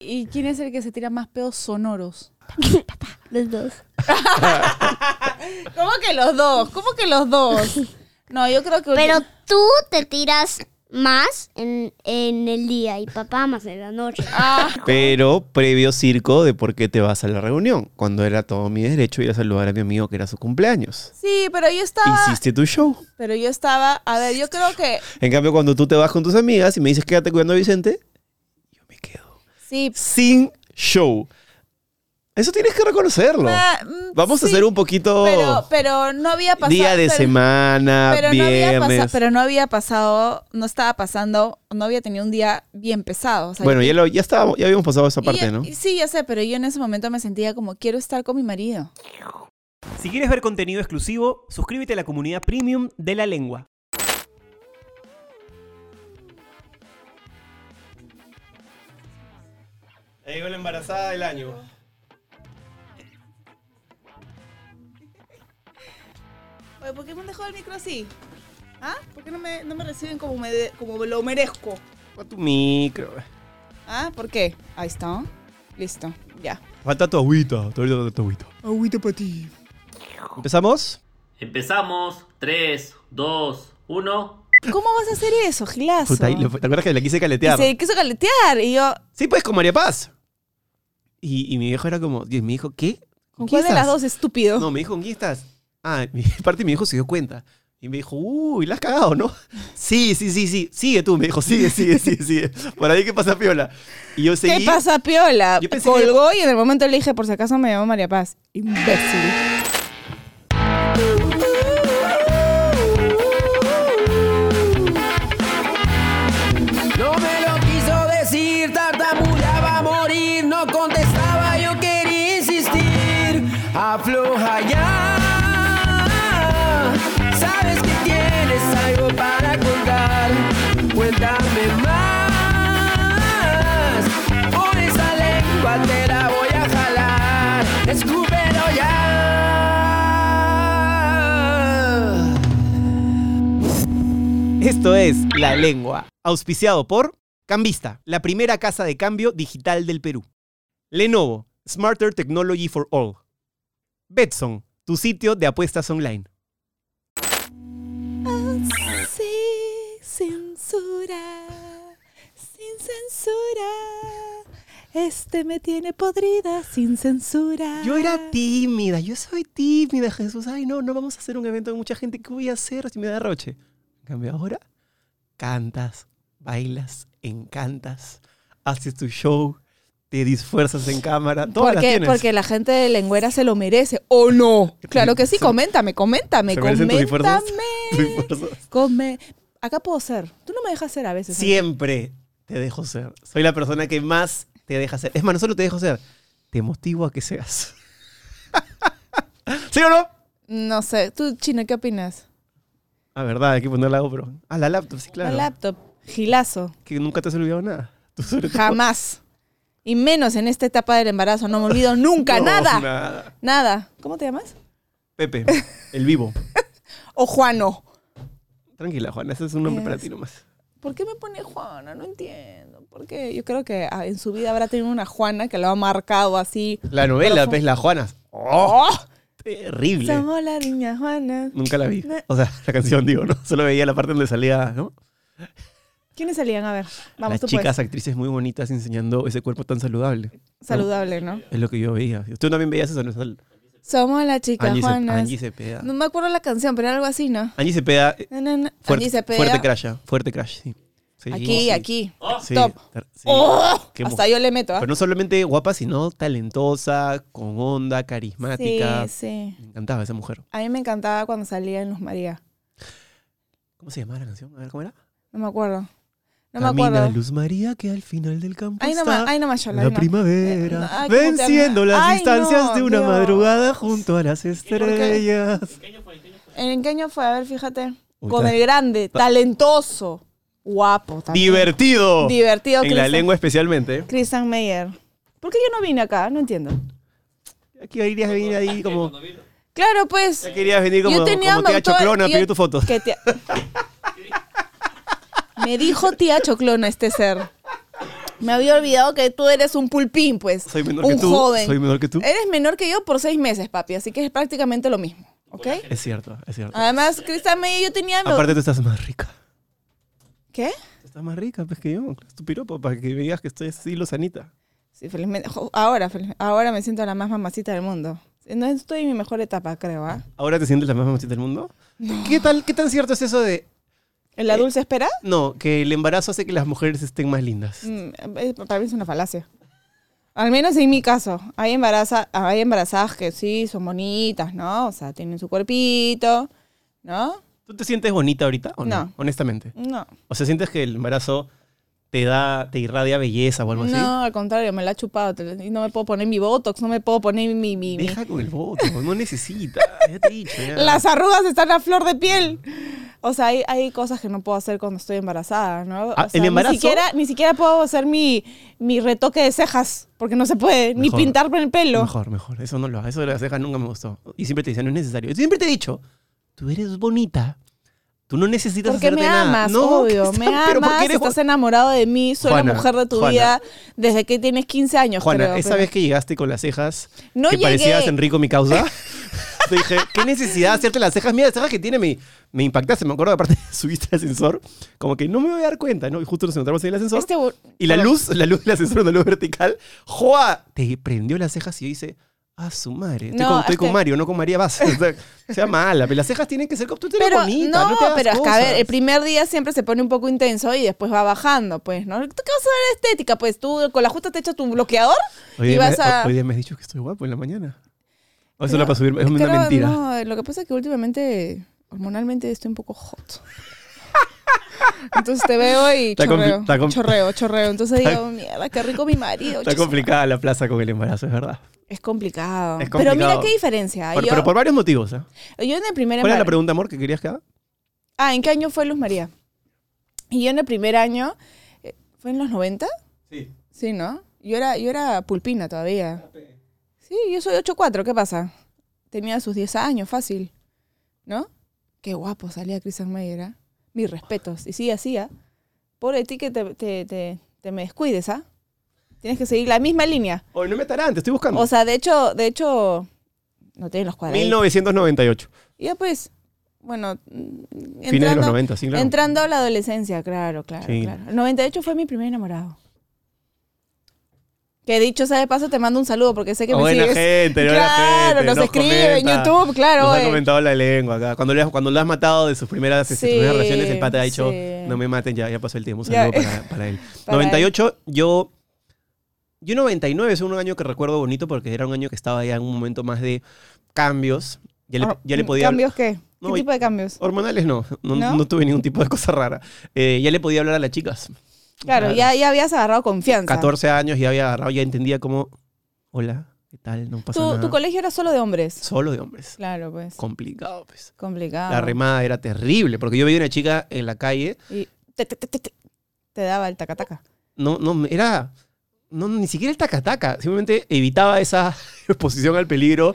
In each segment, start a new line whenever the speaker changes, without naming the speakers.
¿Y quién es el que se tira más pedos sonoros?
Los dos.
¿Cómo que los dos? ¿Cómo que los dos? No, yo creo que...
Pero tú te tiras más en, en el día y papá más en la noche.
Ah,
Pero previo circo de por qué te vas a la reunión, cuando era todo mi derecho ir a saludar a mi amigo que era su cumpleaños.
sí, pero yo estaba...
Hiciste tu show.
Pero yo estaba... A ver, yo creo que...
En cambio, cuando tú te vas con tus amigas y me dices quédate cuidando a Vicente, yo me quedo.
Sí.
Sin show. Eso tienes que reconocerlo.
ah, mm,
Vamos a
sí,
hacer un poquito
Pero, pero no había pasado...
día de
pero-
semana,
Pero no, había
viernes.
pasado, pero no había pasado, no estaba pasando, no había tenido un día bien pesado. o sea,
bueno,
yo-
ya, lo- ya, estábamos, ya habíamos pasado esa parte,
y-
¿no?
Sí, ya sé, pero yo en ese momento me sentía como quiero estar con mi marido.
Si quieres ver contenido exclusivo, suscríbete a la comunidad premium de la lengua.
Ahí llegó la embarazada del año.
Oye, ¿por qué me han dejado el micro así? ¿Ah? ¿Por qué no me, no me reciben como, me de- como lo merezco?
Falta tu micro.
¿Ah? ¿Por qué? Ahí está. Listo, ya.
Falta tu agüita. Tu agüita, tu agüita.
Agüita para ti.
¿Empezamos?
Empezamos. 3, 2, 1.
¿Cómo vas a hacer eso, Gilazo?
Puta, ahí lo- ¿Te acuerdas que la quise
Y
caletear?
se quiso caletear y yo,
Sí, pues con María Paz. Y, y mi viejo era como, Dios, mi hijo, ¿qué?
¿con cuál
quién
de las
estás?".
dos estúpido?
No, me dijo, ¿con quién estás? Ah, mi, parte de mi hijo se dio cuenta. Y me dijo, uy, la has cagado, ¿no? Sí, sí, sí, sí. Sigue tú, me dijo, sigue, sigue, sigue, sigue. Por ahí que pasa piola. Y yo seguí.
¿Qué pasa, Piola?
Yo pensé
Colgó y en el momento le dije, por si acaso me llamó María Paz. Imbécil.
No me lo quiso decir, tartamudeaba a morir, no contestaba, yo quería insistir. Afloja ya, sabes que tienes algo para contar. Cuéntame más, por esa lengua te la voy a jalar. Escúpelo ya.
Esto es La Lengua, auspiciado por Cambista, la primera casa de cambio digital del Perú. Lenovo, Smarter Technology for All. Betson, tu sitio de apuestas online.
Sí, censura, sin censura. Este me tiene podrida sin censura.
Yo era tímida, yo soy tímida, Jesús. Ay, no, no vamos a hacer un evento de mucha gente. ¿Qué voy a hacer si me da roche? En cambio, ahora cantas, bailas, encantas, haces tu show, te disfuerzas en cámara. Todas las
Porque,
tienes.
porque la gente de lengüera se lo merece. ¿O no? Claro que sí,
Se-
coméntame, coméntame,
se merecen tus esfuerzos. Tu
coméntame.
esfuerzo.
Come- Acá puedo ser. Tú no me dejas ser a veces. ¿eh?
Siempre te dejo ser. Soy la persona que más te deja ser. Es más, no solo te dejo ser, te motivo a que seas. ¿Sí o no?
No sé. Tú, Chino, ¿qué opinas?
Ah, verdad, hay que poner la GoPro. Ah, la laptop, sí, claro.
La laptop. Gilazo.
Que nunca te has olvidado nada. Tú sobre todo-
Jamás. Y menos en esta etapa del embarazo. No me olvido nunca.
No,
nada.
nada.
Nada. ¿Cómo te llamas?
Pepe, el vivo.
O Juano.
Tranquila, Juana, ese es un nombre
Es-
para ti nomás.
¿Por qué me pone Juana? No entiendo. Porque yo creo que ah, en su vida habrá tenido una Juana que lo ha marcado así.
La novela,
Pero-
pues, La Juana.
¡Oh!
Terrible.
Somos la niña Juana.
Nunca la vi. O sea, la canción, digo, ¿no? Solo veía la parte donde salía, ¿no?
¿Quiénes salían? A ver, vamos
Las
tú
chicas actrices muy bonitas enseñando ese cuerpo tan saludable.
pues. Saludable, ¿no?
Es lo que yo veía. Tú también veías eso, ¿no? Sal-
Somos la chica
Angie, Cep-
Juana.
Angie Cepeda.
No me acuerdo la canción, pero era algo así, ¿no?
Angie Cepeda, eh,
Na, na, na.
fuerte,
Angie Cepeda.
fuerte crash, ah, fuerte crash, sí. Sí,
Aquí,
sí.
aquí.
Sí,
Top.
ter- sí.
¡Oh!
Qué
Hasta
mo-
yo le meto, ¿ah?
Pero no solamente guapa, sino talentosa, con onda, carismática.
Sí, sí.
Me encantaba esa mujer.
A mí me encantaba cuando salía en Luz María.
¿Cómo se llamaba la canción? A ver, ¿cómo era?
No me acuerdo. No me
Camina,
acuerdo.
Luz María, que al final del campo
Ahí
está
nomás, ahí nomás yo
la primavera,
Eh, ay, qué
venciendo
tierna.
las
Ay,
distancias
no,
de una
Dios.
madrugada junto a las
qué?
estrellas.
¿En qué año fue? A ver, fíjate.
Uy,
Con
ta-
el grande, talentoso, guapo. también.
Divertido.
Divertido.
En la
Christian-
lengua especialmente. ¿eh?
Christian Meyer. ¿Por qué yo no vine acá? No entiendo.
Aquí irías a venir ahí como...
Claro, pues.
Ya querías venir como,
yo tenía
como tía
doctor-
Choclona a
yo-
pedir tu foto.
que tía- Me dijo tía Choclona este ser. Me había olvidado que tú eres un pulpín, pues.
Soy menor
un
que tú,
joven.
soy menor que tú.
Eres menor que yo por seis meses, papi, así que es prácticamente lo mismo, ¿ok?
Es cierto, es cierto.
Además, Cristal Meyer, yo tenía... lo-
Aparte tú estás más rica.
¿Qué?
ah, Tú estás más rica, pues que yo. Es tu piropo, para que me digas que estoy así losanita.
Sí, felizmente. jo, ahora, fel- ahora me siento la más mamacita del mundo. No estoy en mi mejor etapa, creo, ¿ah?
¿Ahora te sientes la más mamacita del mundo? ¿Qué, tal, ¿Qué tan cierto es eso de...
¿En
Eh.
la dulce espera?
No, que el embarazo hace que las mujeres estén más lindas.
Mm, eh, Para mí es una falacia. Al menos en mi caso. Hay, embaraza, hay embarazadas que sí, son bonitas, ¿no? O sea, tienen su cuerpito, ¿no?
¿Tú te sientes bonita ahorita o no?
No.
Honestamente.
No.
O sea, ¿sientes que el embarazo te da, te irradia belleza o algo así?
No, al contrario, me la ha chupado. te- y No me puedo poner mi botox, no me puedo poner mi. mi- mi-
Deja con el voto, no necesita. Ya te he dicho, ya.
Las arrugas están a flor de piel. O sea, hay, hay cosas que no puedo hacer cuando estoy embarazada, ¿no? O
Ah, ¿el
sea,
embarazo?
Ni siquiera, ni siquiera puedo hacer mi, mi retoque de cejas, porque no se puede, ni
Mejor.
pintarme el pelo.
Mejor, mejor. Eso no lo hagas. Eso de las cejas nunca me gustó. Y siempre te dicen, no es necesario. Siempre te he dicho, tú eres bonita. Tú no necesitas
Porque
hacerte
me
nada.
amas,
no,
obvio,
Cristal,
me
pero porque
amas,
eres
estás enamorado de mí, soy
Juana,
la mujer de tu
Juana.
vida desde que tienes 15 años,
Juana,
creo,
esa
pero-
vez que llegaste con las cejas,
No
que parecías
llegué.
Enrico mi causa, te dije, ¿qué necesidad de hacerte las cejas? Mira, las cejas que tiene me, me impactaste. Me acuerdo, aparte, subiste al ascensor, como que no me voy a dar cuenta, ¿no? Y justo nos encontramos en el ascensor.
Este bu-
y la
Perdón.
luz, la luz del ascensor, una luz vertical, ¡joa! Te prendió las cejas y yo hice, ¡ah, su madre! Estoy,
No,
con, estoy
es
con
que-
Mario, no con María Vaz. O sea, sea mala, pero las cejas tienen que ser como tú eres
Pero
bonita, no,
no,
te hagas
pero es que a ver,
cosas.
el primer día siempre se pone un poco intenso y después va bajando, pues, ¿no? ¿Tú qué vas a ver de estética? Pues tú con la justa te echas tu bloqueador
Hoy
y
día,
vas
me,
a...
hoy día me has dicho que estoy guapo en la mañana. O eso
No,
era para subir, es una
creo-
mentira.
No, lo que pasa es que últimamente, hormonalmente, estoy un poco hot. Entonces te veo y
Está compli-
chorreo,
está com-
chorreo, chorreo. Entonces
Está-
digo, mierda, qué rico mi marido.
Está
chis-
complicada la plaza con el embarazo, es verdad.
Es complicado.
Es
Pero mira
complicado.
qué diferencia.
Por-
yo,
pero por varios motivos. ¿eh?
yo en el primer
¿Cuál era la
embarazo-
pregunta, amor, que querías que haga?
Ah, ¿en qué año fue Luz María? Y yo en el primer año, eh, ¿fue en los 90?
Sí.
Sí, ¿no? Yo era, yo era pulpina todavía. Sí, yo soy 8'4, ¿qué pasa? Tenía sus 10 años, fácil. ¿No? Qué guapo salía Christian Meyer, ¿ah? Mis respetos. Y sí, así, ¿ah? Pobre de ti que te, te- te- te me descuides, ¿ah? Tienes que seguir la misma línea.
Hoy no me estarán, te estoy buscando.
O sea, de hecho, de hecho, no tienen los cuadraditos.
1998.
Y ya pues, bueno, mm,
Fines de los
entrando-
90, sí, claro.
Entrando a la adolescencia, claro, claro,
Sí.
claro. El 98 fue mi primer enamorado. Que dicho sea de paso, te mando un saludo porque sé que me
buena
sigues.
gente, buena
Claro,
gente,
nos escriben en
comenta,
YouTube, claro,
Nos ha
eh.
comentado la lengua acá. Cuando le, has- cuando lo has matado de sus primeras, este,
Sí,
primeras relaciones, el pata ha dicho,
sí.
no me maten, ya, ya pasó el tiempo. Un
Ya.
saludo para, para él.
Para
98, yo... Yo 99 es un año que recuerdo bonito porque era un año que estaba ya en un momento más de cambios. Ya le,
Ah,
ya le podía...
¿Cambios qué?
No,
¿Qué
y-
tipo de cambios?
Hormonales no, no,
¿No?
no tuve ningún tipo de cosa rara. Eh, ya le podía hablar a las chicas.
Claro, Ya, ya habías agarrado confianza.
14 años ya había agarrado, ya entendía como, hola, ¿qué tal? No pasa
Tu,
nada.
tu colegio era solo de hombres.
Solo de hombres.
Claro, pues.
Complicado, pues.
Complicado.
La remada era terrible, porque yo veía una chica en la calle,
Y te, te- te- te- te- te daba el tacataca.
no, no, era, no, ni siquiera el tacataca, simplemente evitaba esa exposición al peligro,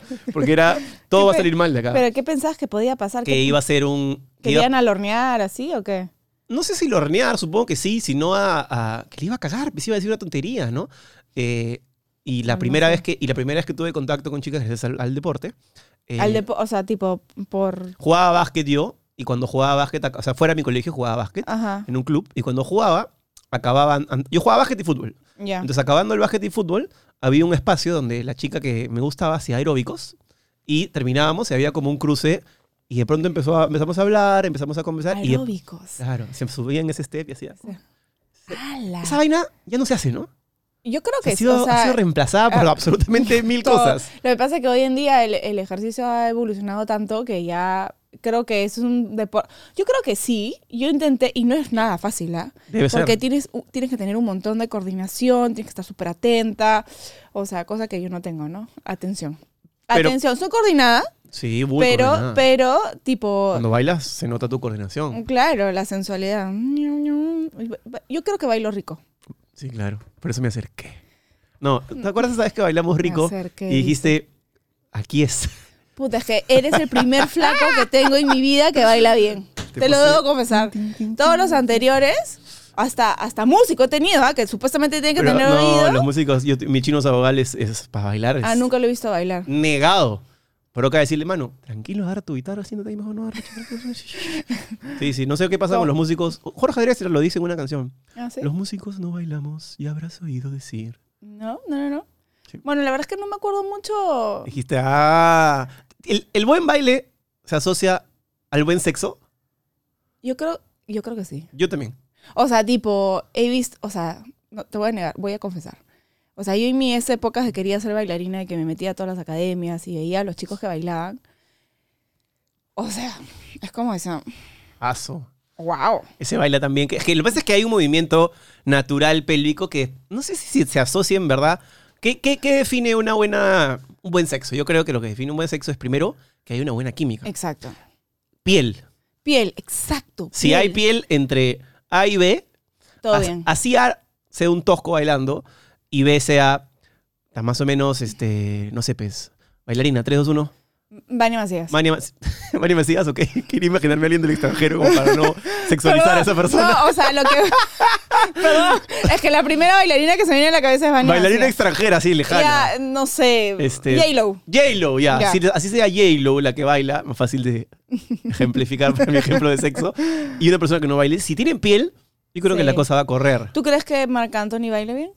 porque era, todo va a salir mal de acá.
¿Pero qué pensabas que podía pasar?
Ah. Que
¿Que
iba a ser un... que iba-
¿Querían alornear así o qué?
no sé si lo hornear, supongo que sí, sino a, a- que le iba a cagar, pues iba a decir una tontería, ¿no? Eh, y la
No
primera
sé.
vez que y la primera vez que tuve contacto con chicas gracias al, al deporte, eh,
Al depo- o sea, tipo, por.
jugaba básquet yo y cuando jugaba básquet, ac- o sea, fuera de mi colegio jugaba básquet
Ajá,
en un club y cuando jugaba acababan an- yo jugaba básquet y fútbol.
ya.
Entonces acabando el básquet y fútbol había un espacio donde la chica que me gustaba hacía aeróbicos y terminábamos y había como un cruce y de pronto empezó a- empezamos a hablar, empezamos a conversar y em de-
Aeróbicos.
claro, se subía en ese step y hacía
¡Hala!
Esa vaina ya no se hace, ¿no?
Yo creo que
ha, sido,
o sea, ah,
ha sido reemplazada por absolutamente mil
todo-
cosas.
Lo que pasa es que hoy en día el, el ejercicio ha evolucionado tanto que ya creo que es un deporte. Yo creo que sí, yo intenté y no es nada fácil, ¿ah?
Debe ser.
Porque tienes, u- tienes que tener un montón de coordinación, tienes que estar súper atenta, o sea, cosa que yo no tengo, ¿no? Atención.
Pero-
Atención, soy coordinada,
Sí, muy
pero,
coordinada.
pero Mm. tipo,
Cuando bailas se nota tu coordinación.
claro, la sensualidad. Yo creo que bailo rico.
Sí, claro. Por eso me acerqué. No,
Mm.
¿te acuerdas esa vez que bailamos rico?
acerqué,
Y dijiste, aquí es.
Puta, es que eres el primer flaco que tengo en mi vida que baila bien. Te, lo
puse-
debo confesar. Todos los anteriores Hasta, hasta músico he tenido, ¿ah? que supuestamente tiene que
Pero
tener
no,
oído.
los músicos, yo- mi chino sabogal es, es para bailar. es
Ah, nunca lo he visto bailar.
Negado. Pero acá decirle, mano, tranquilo, agarra tu guitarra, siéntate ahí mejor, no agarra tranquilo". Sí, sí, no sé qué pasa con los músicos. Jorge Adrián lo dice en una canción.
Ah, ¿sí?
Los músicos no bailamos y habrás oído decir.
No, no, no, no.
Sí.
Bueno, la verdad es que no me acuerdo mucho.
Dijiste, ah. El, el buen baile se asocia al buen sexo.
Yo creo, yo creo que sí.
Yo también.
O sea, tipo, he visto, o sea, no te voy a negar, voy a confesar. O sea, yo en mis épocas que quería ser bailarina y que me metía a todas las academias y veía a los chicos que bailaban. O sea, es como eso,
Aso.
wow.
Ese baila también. Que, que lo que pasa es que hay un movimiento natural pélvico que no sé si se asocia en verdad. ¿Qué, qué, qué define una buena, un buen sexo? Yo creo que lo que define un buen sexo es primero que hay una buena química.
Exacto.
Piel.
Piel, exacto.
Si hay piel entre A y B,
Todo
as-
bien.
así A sea un tosco bailando y B sea ah, más o menos, este, no sé, pues, bailarina, 3, 2, 1.
Vania Macías.
Mania Mac- Mania Macías, ok. Quería imaginarme a alguien del extranjero como para no sexualizar a esa
Perdón,
persona.
No, o sea, lo que. Perdón, es que la primera bailarina que se me viene a la cabeza es Vania
Bailarina
Macías.
extranjera, sí, lejana.
Ya, no sé.
Este-
J-Lo.
J-Lo, ya.
Ya.
Si- así sea J-Lo la que baila, más fácil de ejemplificar para mi ejemplo de sexo. Y una persona que no baile. Si tienen piel, yo creo que
Sí.
la cosa va a correr.
¿Tú crees que Marc Anthony baile bien?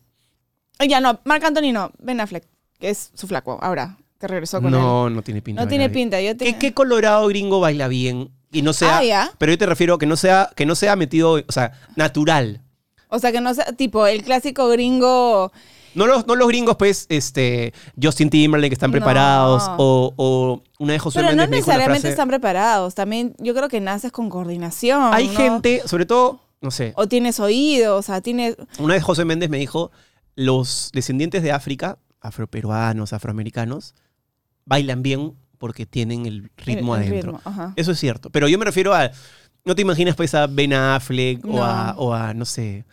Eh, Ya no, Marc Anthony no, Ben Affleck, que es su flaco ahora, que regresó con él.
No, no tiene pinta.
No
de
tiene
bailar bien.
pinta, yo te...
¿Qué, qué colorado gringo baila bien? Y no sea.
Ah, ya.
Pero yo te refiero a que no sea, que no sea metido, o sea, natural.
O sea, que no sea tipo el clásico gringo.
No los, no los gringos, pues, este, Justin Timberlake que están
No.
preparados, o, o una de Josué
Pero no
Méndez me dijo una
necesariamente
frase,
están preparados. También yo creo que naces con coordinación.
Hay
¿no?
gente, sobre todo, no sé,
O tienes oído, o sea, tienes.
Una vez José Méndez me dijo, los descendientes de África, afroperuanos, afroamericanos, bailan bien porque tienen el ritmo
el- el
adentro.
ritmo, ajá.
Eso es cierto. Pero yo me refiero a, no te imaginas pues a Ben Affleck o,
No.
a, o a, no sé,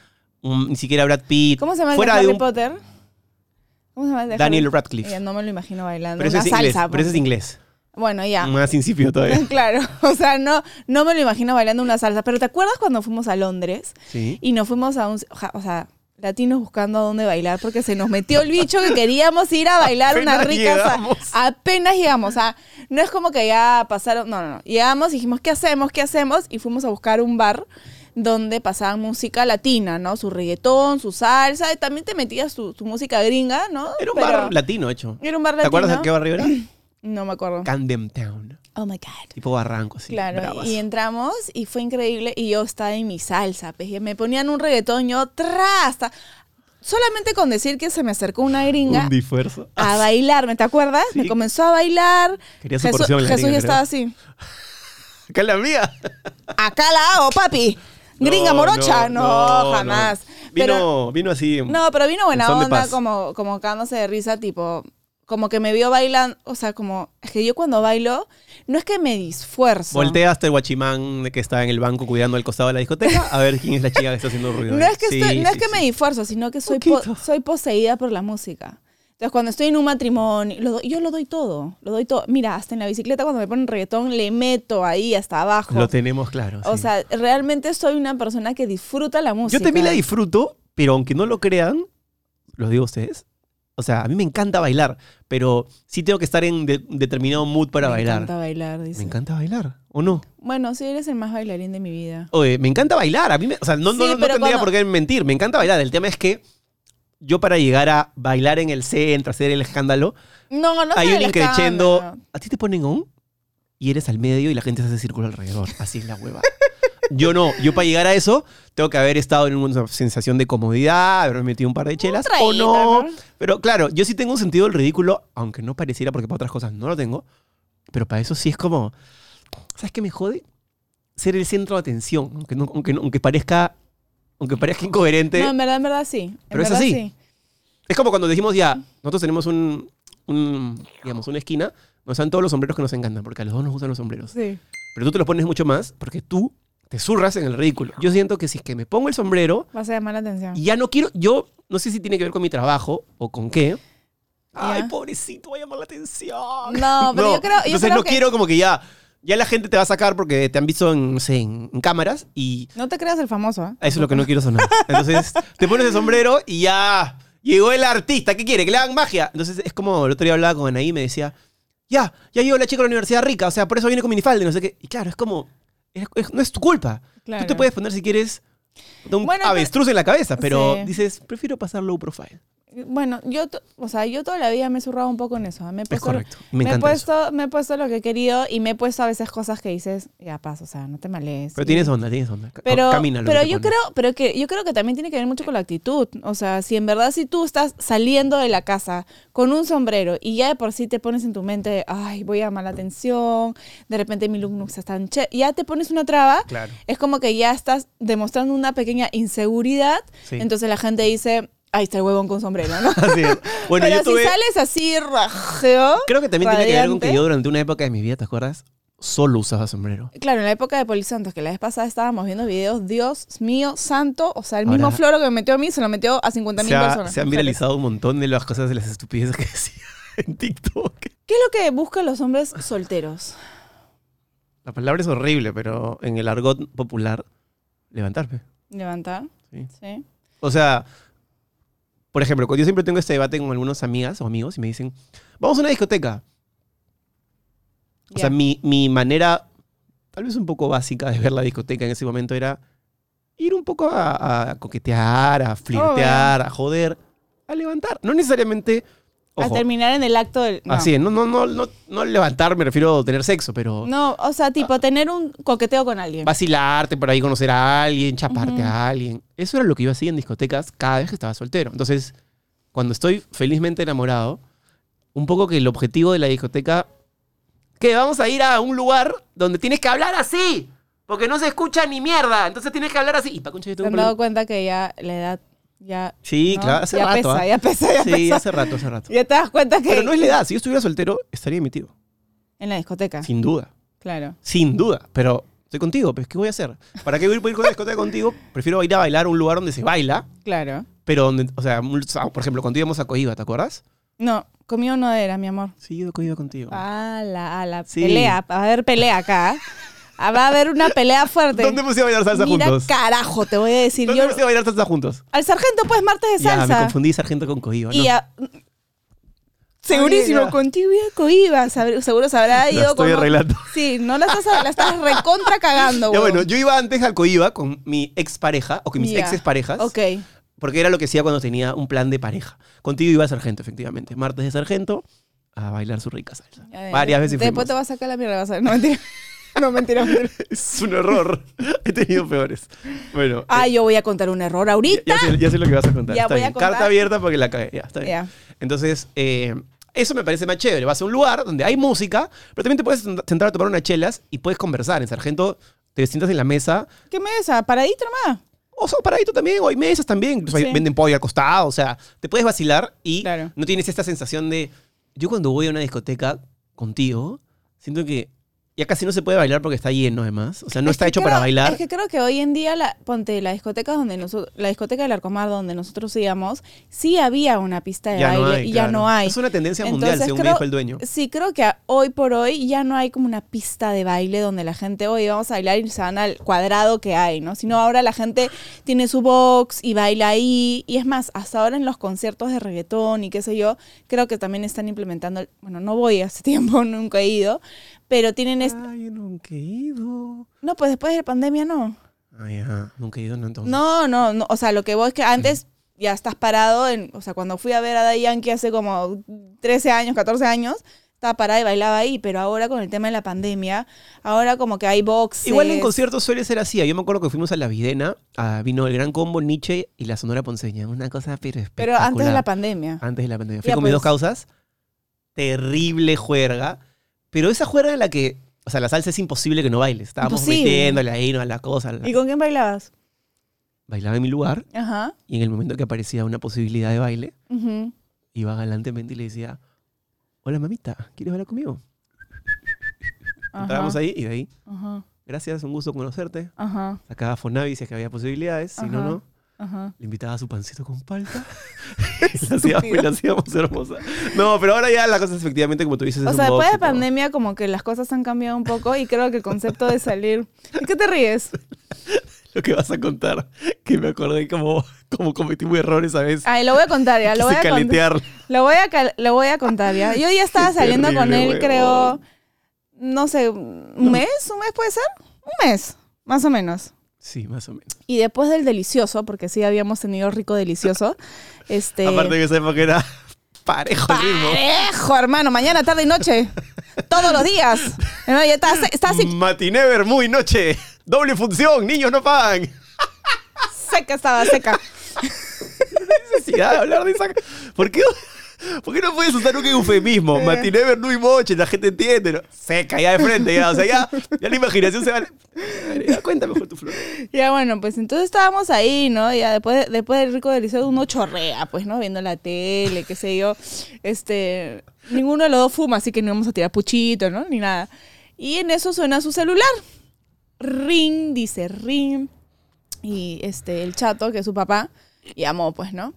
un- ni siquiera Brad Pitt.
¿Cómo se llama el
Fuera
de
de
Harry
un-
Potter? ¿Cómo se llama el de
Daniel
Harry-
Radcliffe.
Ya, no me lo imagino bailando.
Pero ese
Una
es inglés.
salsa.
Pero ese es
pues.
inglés.
Bueno, ya.
Más incipio todavía.
Claro, o sea, no, no me lo imagino bailando una salsa. Pero ¿te acuerdas cuando fuimos a Londres
Sí.
y nos fuimos a un. oja- O sea, latinos buscando a dónde bailar porque se nos metió el bicho que queríamos ir a bailar una
Apenas
rica. sa-
llegamos.
apenas llegamos. O sea, no es como que ya pasaron. No, no, no. Llegamos y dijimos, ¿qué hacemos? ¿Qué hacemos? Y fuimos a buscar un bar donde pasaban música latina, ¿no? Su reggaetón, su salsa. Y también te metías su, su música gringa, ¿no?
Era un
Pero-
bar latino, hecho.
Era un bar
¿Te acuerdas de
latino.
qué barrio era?
No me acuerdo.
Camden Town.
Oh my God.
Tipo barranco, así.
Claro,
bravas.
y entramos y fue increíble y yo estaba en mi salsa, pues, y me ponían un reggaetón, yo trasta. Solamente con decir que se me acercó una gringa
Un disfuerzo.
a bailarme, ¿te acuerdas?
Sí.
Me comenzó a bailar.
Quería su
Jesús-
porción la
Jesús
gringa,
ya estaba
creo.
así.
Acá la mía.
Acá la hago, papi. Gringa
No,
morocha. No,
no.
jamás.
Vino,
Pero-
vino así.
No, pero vino
En
buena
son de
onda,
paz.
como, como cagándose de risa, tipo, como que me vio bailando, o sea, como, es que yo cuando bailo, no es que me disfuerzo.
Voltea hasta el guachimán que está en el banco cuidando al costado de la discoteca a ver quién es la chica que está haciendo ruido.
No es que,
Sí,
estoy- no es
sí,
que
sí.
me disfuerzo, sino que soy, po-
Poquito.
soy poseída por la música. Entonces, cuando estoy en un matrimonio, lo doy- yo lo doy todo. Lo doy todo. Mira, hasta en la bicicleta, cuando me ponen reggaetón, le meto ahí hasta abajo.
Lo tenemos claro.
o
sí.
sea, realmente soy una persona que disfruta la música.
yo también la disfruto, pero aunque no lo crean, los digo a ustedes. O sea, a mí me encanta bailar, pero sí tengo que estar en de- determinado mood para
Me
bailar.
encanta bailar, dice.
Me encanta bailar, ¿o no?
Bueno, sí, eres el más bailarín de mi vida.
Oye, me encanta bailar. A mí, me- o sea, no,
Sí,
no, no
pero
tendría
cuando-
por qué mentir. Me encanta bailar. El tema es que yo para llegar a bailar en el centro, hacer el escándalo,
No, no
hay
soy
un
el
increchendo.
escándalo.
A ti te ponen on y eres al medio y la gente se hace círculo alrededor. Así es la hueva. Yo no, yo para llegar a eso tengo que haber estado en una sensación de comodidad, haber metido un par de chelas o
traguito,
no.
¿no?
Pero claro, yo sí tengo un sentido del ridículo, aunque no pareciera porque para otras cosas no lo tengo, pero para eso sí es como ¿Sabes qué me jode? Ser el centro de atención, aunque no- aunque no- aunque parezca aunque parezca incoherente.
No, en verdad, en verdad sí. En
Pero es
verdad,
así.
sí.
Es como cuando dijimos ya, nosotros tenemos un, un, digamos, una esquina, nos dan todos los sombreros que nos encantan, porque a los dos nos gustan los sombreros.
Sí.
Pero tú te los pones mucho más porque tú te zurras en el ridículo. Yo siento que si es que me pongo el sombrero
Vas a llamar la atención.
y ya no quiero, yo no sé si tiene que ver con mi trabajo o con qué. Ay,
Ya.
pobrecito, voy a llamar la atención.
No, pero yo creo- yo
Entonces
creo
no
que-
quiero como que ya Ya la gente te va a sacar porque te han visto en, no sé, en- en cámaras y
No te creas el famoso, ¿ah?
eso es lo que no quiero sonar. Entonces, te pones el sombrero y ya. Llegó el artista, ¿qué quiere? Que le hagan magia. Entonces, es como el otro día hablaba con Anaí y me decía, ya, ya llegó la chica a la universidad rica, o sea, por eso viene con minifalda y no sé qué. Y claro, es como, es- es- no es tu culpa.
Claro.
Tú te puedes poner si quieres un
Bueno,
avestruz en la cabeza, pero
Sí.
dices, prefiero pasar low profile.
Bueno, yo, to- o sea, yo toda la vida me he zurrado un poco en eso. ¿ah? Me he puesto,
correcto. Me encanta
he
eso.
puesto, me he puesto lo que he querido y me he puesto a veces cosas que dices, ya pasa, o sea, no te malees.
Pero
Y-
tienes onda, tienes onda. Ca-
pero,
Camina lo que
pero
te
yo
pones.
creo, pero que yo creo que también tiene que ver mucho con la actitud. O sea, si en verdad si tú estás saliendo de la casa con un sombrero y ya de por sí te pones en tu mente, ay, voy a llamar la atención, de repente mi look no está tan che, ya te pones una traba,
Claro.
es como que ya estás demostrando una pequeña inseguridad,
Sí.
entonces la gente dice, ay, está el huevón con sombrero, ¿no?
Así es. Bueno,
pero
yo tuve...
si sales así rajeo,
Creo que también tiene que ver con que
radiante-
yo durante una época de mi vida, ¿te acuerdas? Solo usaba sombrero.
Claro, en la época de Polisantos, que la vez pasada estábamos viendo videos, Dios mío, santo, o sea, el
Ahora-
mismo floro que me metió a mí se lo metió a 50 mil
se, ha-
personas.
se han viralizado un montón de las cosas de las estupideces que decía en TikTok.
¿Qué es lo que buscan los hombres solteros?
La palabra es horrible, pero en el argot popular, levantarme.
Levantar,
Sí.
¿sí?
O sea, por ejemplo, cuando yo siempre tengo este debate con algunas amigas o amigos y me dicen, vamos a una discoteca. O
Ya.
sea, mi, mi manera, tal vez un poco básica de ver la discoteca en ese momento era ir un poco a, a coquetear, a flirtear, a joder, a levantar. No necesariamente...
Al
ojo,
terminar en el acto del... no.
Así es, no, no, no, no, no levantar, me refiero a tener sexo, pero
No, o sea,
Ah.
tipo, tener un coqueteo con alguien.
vacilarte por ahí, conocer a alguien, chaparte
Ujú.
a alguien. Eso era lo que yo hacía en discotecas cada vez que estaba soltero. Entonces, cuando estoy felizmente enamorado, un poco que el objetivo de la discoteca, que vamos a ir a un lugar donde tienes que hablar así, porque no se escucha ni mierda, entonces tienes que hablar así. Y pa' concha, yo
Se
tengo
han
un
dado
problema.
cuenta que ya la edad ya...
Sí,
¿no?
claro, hace
ya
rato.
Pesa,
¿ah?
ya pesa, ya
sí,
pesa.
hace rato, hace rato.
Ya te das cuenta que
Pero no es la edad, si yo estuviera soltero, estaría mi tío,
en la discoteca,
sin duda.
claro.
Sin duda, pero estoy contigo, pues ¿qué voy a hacer? ¿Para qué voy a ir con la discoteca contigo? Prefiero ir a bailar a un lugar donde se baila,
Claro.
pero donde, o sea, un- ah, por ejemplo, cuando íbamos a Coiba, ¿te acuerdas?
No, conmigo no era, mi amor.
Sí, yo he Coiba contigo.
A la, a la
Sí.
pelea. Va a haber pelea acá. Ah, Va a haber una pelea fuerte.
¿Dónde hemos ido a bailar salsa
Mira,
juntos?
carajo, te voy a decir.
¿Dónde
Yo,
hemos ido a bailar salsa juntos?
al sargento, pues, martes de
Ya, me
salsa.
confundí sargento con Coiba, ¿no?
y a- Segurísimo,
Ay, ya.
contigo iba coiba. sab- Seguro se habrá
La
ido
estoy
con-
arreglando.
Sí, no la estás, la estás recontra cagando,
Ya,
huevón.
bueno, yo iba antes al Coiba con mi expareja o con mis
Ya.
exes parejas.
Ok.
Porque era lo que hacía cuando tenía un plan de pareja. Contigo iba a sargento, efectivamente. Martes de sargento a bailar su rica salsa.
A ver,
Varias veces
Después
fuimos.
te vas a sacar la mierda. Vas a... No, mentira. No, mentira, mentira.
Es un error. He tenido peores. Bueno.
Ah, yo voy a contar un error ahorita.
Ya sé, ya sé lo que vas a contar.
Ya
está
voy a
bien.
contar.
Carta abierta porque la cagué. Ya, está bien.
Ya.
Entonces, eh, eso me parece más chévere. Vas a un lugar donde hay música, pero también te puedes sent- sentar a tomar unas chelas y puedes conversar. En Sargento te sientas en la mesa.
¿Qué mesa? Paradito nomás.
O sea, paradito también, o hay mesas también. Incluso hay-
Sí.
Venden pollo al costado. O sea, te puedes vacilar y
Claro.
no tienes esta sensación de. Yo cuando voy a una discoteca contigo, siento que ya casi no se puede bailar porque está lleno, además. O sea, no
Es
está
que
hecho
creo-
para bailar.
Es que creo que hoy en día, la, ponte, la discoteca, donde nosotros, la discoteca del Arcomar donde nosotros íbamos, sí había una pista de baile y ya
claro.
no hay.
Es una tendencia mundial,
Entonces,
según me
creo-
dijo el dueño.
Sí, creo que a- hoy por hoy ya no hay como una pista de baile donde la gente, hoy vamos a bailar y se van al cuadrado que hay, ¿no? Sino ahora la gente tiene su box y baila ahí. Y es más, hasta ahora en los conciertos de reggaetón y qué sé yo, creo que también están implementando, el- bueno, no voy hace tiempo, nunca he ido, pero tienen... es-
Ay, yo nunca he ido.
no, pues después de la pandemia no.
Ay, ajá, nunca he ido, no entonces.
No, no, no, o sea, lo que vos es que antes ya estás parado, en, o sea, cuando fui a ver a Daddy Yankee hace como 13 años, 14 años, estaba parada y bailaba ahí, pero ahora con el tema de la pandemia, ahora como que hay boxes.
Igual en conciertos suele ser así. Yo me acuerdo que fuimos a La Videna, ah, vino el Gran Combo, Nietzsche y la Sonora Ponceña. Una cosa pero
Pero antes de la
espectacular.
pandemia.
Antes de la pandemia. Fui
Ya,
con mis dos
pues.
causas. Terrible juerga. Pero esa juerga en la que... O sea, la salsa es imposible que no bailes. Estábamos
Imposible.
metiéndole ahí, no, a la cosa. a la-
¿Y con quién bailabas?
Bailaba en mi lugar
Ajá.
y en el momento que aparecía una posibilidad de baile,
ujú.
iba galantemente y le decía, hola mamita, ¿quieres bailar conmigo?
Ajá,
Estábamos ahí y de ahí,
Ajá.
gracias, un gusto conocerte.
Ajá.
Sacaba Fonavi si es que había posibilidades, si no,
Ajá.
no.
Ajá.
Le invitaba a su pancito con palta. y la hacíamos, y la hacíamos hermosa. No, pero ahora ya la cosa es efectivamente, como tú dices,
O
es
sea,
un
después de
box y todo.
pandemia como que las cosas han cambiado un poco y creo que el concepto de salir... ¿Y qué te ríes?
Lo que vas a contar, que me acordé como, como cometí muy errores a veces.
Ay, lo voy a contar ya, Ah, lo voy
Quise
a contar.
caletear.
Lo voy a, cal- lo voy a contar ya. Yo ya estaba
Qué
saliendo con él,
terrible,
creo,
huevón.
no sé, un mes, un mes puede ser, un mes, más o menos.
Sí, más o menos.
Y después del delicioso, porque sí habíamos tenido rico delicioso, este...
Aparte que esa época era parejo el ritmo.
Parejo, hermano, mañana, tarde y noche. Todos los días. Hermano, ya estás, estás
Mm.
así,
Matiné, muy noche. Doble función, niños no pagan.
seca, estaba seca.
necesidad de ah, hablar de esa. ¿Por qué, por qué no puedes usar un eufemismo?
Eh.
Matiné, Bernou y Moche, la gente entiende. ¿no? Seca, ya de frente, ya. O sea, ya, ya la imaginación se va. Ya, cuenta mejor tu flor.
Ya bueno, pues entonces estábamos ahí, ¿no? Ya después, después del rico delicioso uno chorrea, pues, ¿no? Viendo la tele, qué sé yo. Este, ninguno de los dos fuma, así que no vamos a tirar puchito, ¿no? Ni nada. Y en eso suena su celular. Ring, dice ring. Y este, el chato, que es su papá, llamó, pues, ¿no?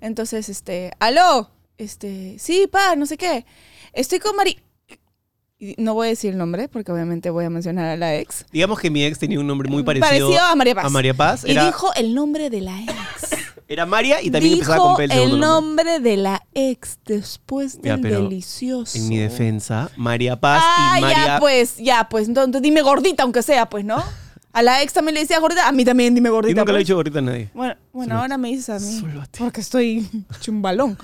Entonces, este, aló, este, sí, pa, no sé qué. Estoy con Mari. y No voy a decir el nombre porque obviamente voy a mencionar a la ex.
Digamos que mi ex tenía un nombre muy parecido,
Parecido a María Paz.
a María Paz.
Y
Era,
dijo el nombre de la ex.
era María y también
dijo
empezaba con P el segundo
el
nombre.
nombre de la ex después
Ya,
del
pero
delicioso.
En mi defensa, María Paz
ah,
y María.
ya pues, ya pues. Entonces dime gordita aunque sea, pues, ¿no? A la ex también le decía gordita, a mí también dime
y
gordita.
nunca lo he
pues.
dicho ahorita a nadie.
Bueno, bueno,
Solo a
ahora me dices a mí.
Solo a ti.
Porque estoy chumbalón.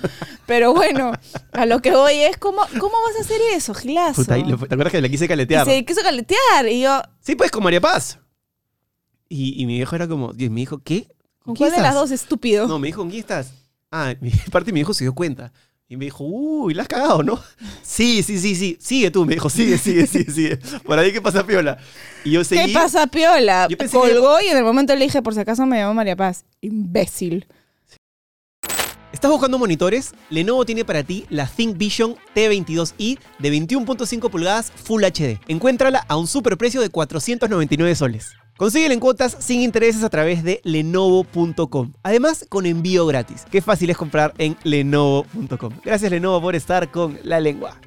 Pero bueno, a lo que voy es, ¿cómo, cómo vas a hacer eso, Gilazo?
Puta, y le- ¿Te acuerdas que la quise
Y
caletear?
se quiso caletear. Y yo,
Sí, pues con María Paz. Y, y mi viejo era como, y mi hijo, ¿qué?
¿con
¿Qué
cuál de
estás?
las dos, estúpido?
No, me dijo, ¿con quién estás? Ah, mi, parte mi hijo se dio cuenta. Y me dijo, uy, la has cagado, ¿no? Sí, sí, sí, sí. Sigue tú, me dijo, sigue, sigue, sigue, sigue. Por ahí que pasa piola. Y yo seguí.
¿Qué pasa, Piola?
Yo pensé
Colgó y en el momento le dije, por si acaso me llamó María Paz. Imbécil.
¿Estás buscando monitores? Lenovo tiene para ti la ThinkVision T22i de 21.5 pulgadas Full HD. Encuéntrala a un superprecio de 499 soles. Consíguela en cuotas sin intereses a través de lenovo.com. Además, con envío gratis. Qué fácil es comprar en lenovo.com. Gracias Lenovo por estar con la lengua.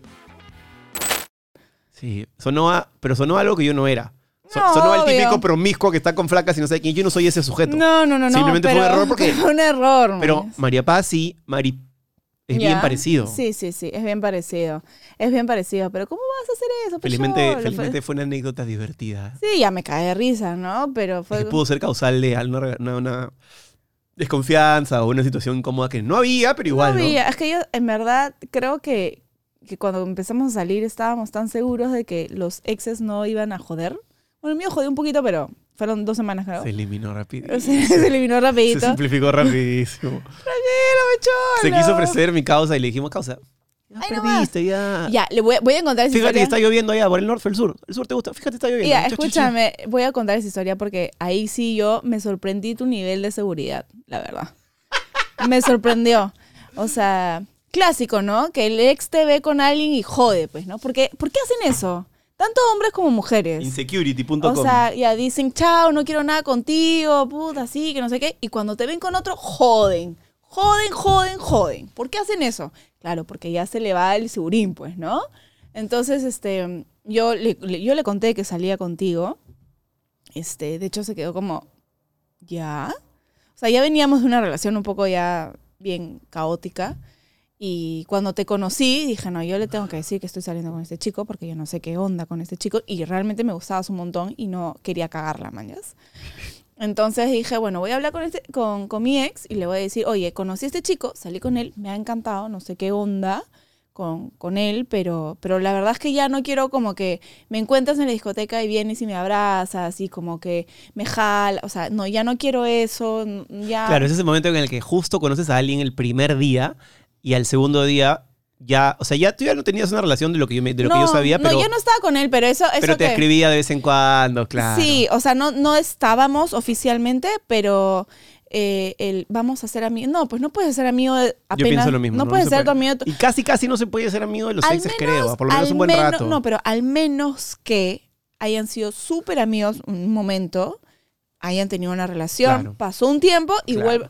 Sí, sonó a, pero sonó a algo que yo no era. So-
No,
sonó al
obvio.
típico promiscuo que está con flacas y no sé quién. Yo no soy ese sujeto.
No, no, no, no.
Simplemente fue un
pero-
error porque-
Fue un error.
Pero
manes.
María Paz sí, Mari es bien
Ya.
parecido.
Sí, sí, sí, es bien parecido. Es bien parecido. Pero ¿cómo vas a hacer eso? pues,
Felizmente,
Cholo?
felizmente fue una anécdota divertida.
Sí, ya me cae de risa, ¿no? Pero fue...
Que pudo ser causal de alguna- una, una desconfianza o una situación incómoda que no había, pero igual,
No
¿no?
había- Es que yo, en verdad, creo que, que cuando empezamos a salir estábamos tan seguros de que los exes no iban a joder. Bueno, el mío jodió un poquito, pero fueron dos semanas, creo.
Se eliminó rápido.
Se, se eliminó
Se
rapidito.
simplificó rapidísimo. Se quiso ofrecer mi causa y le dijimos, causa, ya
Ay, nomás.
perdiste, ya.
Ya, le voy, voy a contar esa
Fíjate,
historia.
está lloviendo allá, por el norte, por el sur. El sur te gusta, fíjate, está lloviendo.
Ya,
Cha, cha, cha.
escúchame, voy a contar esa historia porque ahí sí yo me sorprendí tu nivel de seguridad, la verdad. Me sorprendió. O sea, clásico, ¿no? Que el ex te ve con alguien y jode, pues, ¿no? Porque, ¿Por qué hacen eso? Tanto hombres como mujeres.
Insecurity.com.
O sea, ya dicen, chao, no quiero nada contigo, puta, sí, que no sé qué. Y cuando te ven con otro, joden. Joden, joden, joden. ¿Por qué hacen eso? Claro, porque ya se le va el segurín, pues, ¿no? Entonces, este, yo le, le- yo le conté que salía contigo. Este, de hecho, se quedó como, ¿ya? O sea, ya veníamos de una relación un poco ya bien caótica. Y cuando te conocí, dije, no, yo le tengo que decir que estoy saliendo con este chico porque yo no sé qué onda con este chico y realmente me gustabas un montón y no quería cagarla, mañas. Entonces dije, bueno, voy a hablar con, este, con, con mi ex y le voy a decir, oye, conocí a este chico, salí con él, me ha encantado, no sé qué onda con, con él, pero, pero la verdad es que ya no quiero como que me encuentras en la discoteca y vienes y me abrazas y como que me jala, o sea, no, ya no quiero eso, n- ya...
Claro, es ese momento en el que justo conoces a alguien el primer día y al segundo día ya, o sea, ya tú ya no tenías una relación de lo que yo, me- de lo que yo sabía, pero,
No, yo no estaba con él, pero eso... eso
pero te
que-
escribía de vez en cuando, claro.
Sí, o sea, no, no estábamos oficialmente, pero eh, el vamos a ser amigos. No, pues no puedes ser amigo de-
yo
apenas.
pienso lo mismo.
No,
No,
puedes
se
ser tu
puede.
amigo. de tu-
Y casi, casi no se puede ser amigo de los
Al
exes, creo, por lo menos
al
un buen
menos-
rato.
No, pero al menos que hayan sido súper amigos un momento, hayan tenido una relación,
Claro.
pasó un tiempo y
Claro.
vuelve.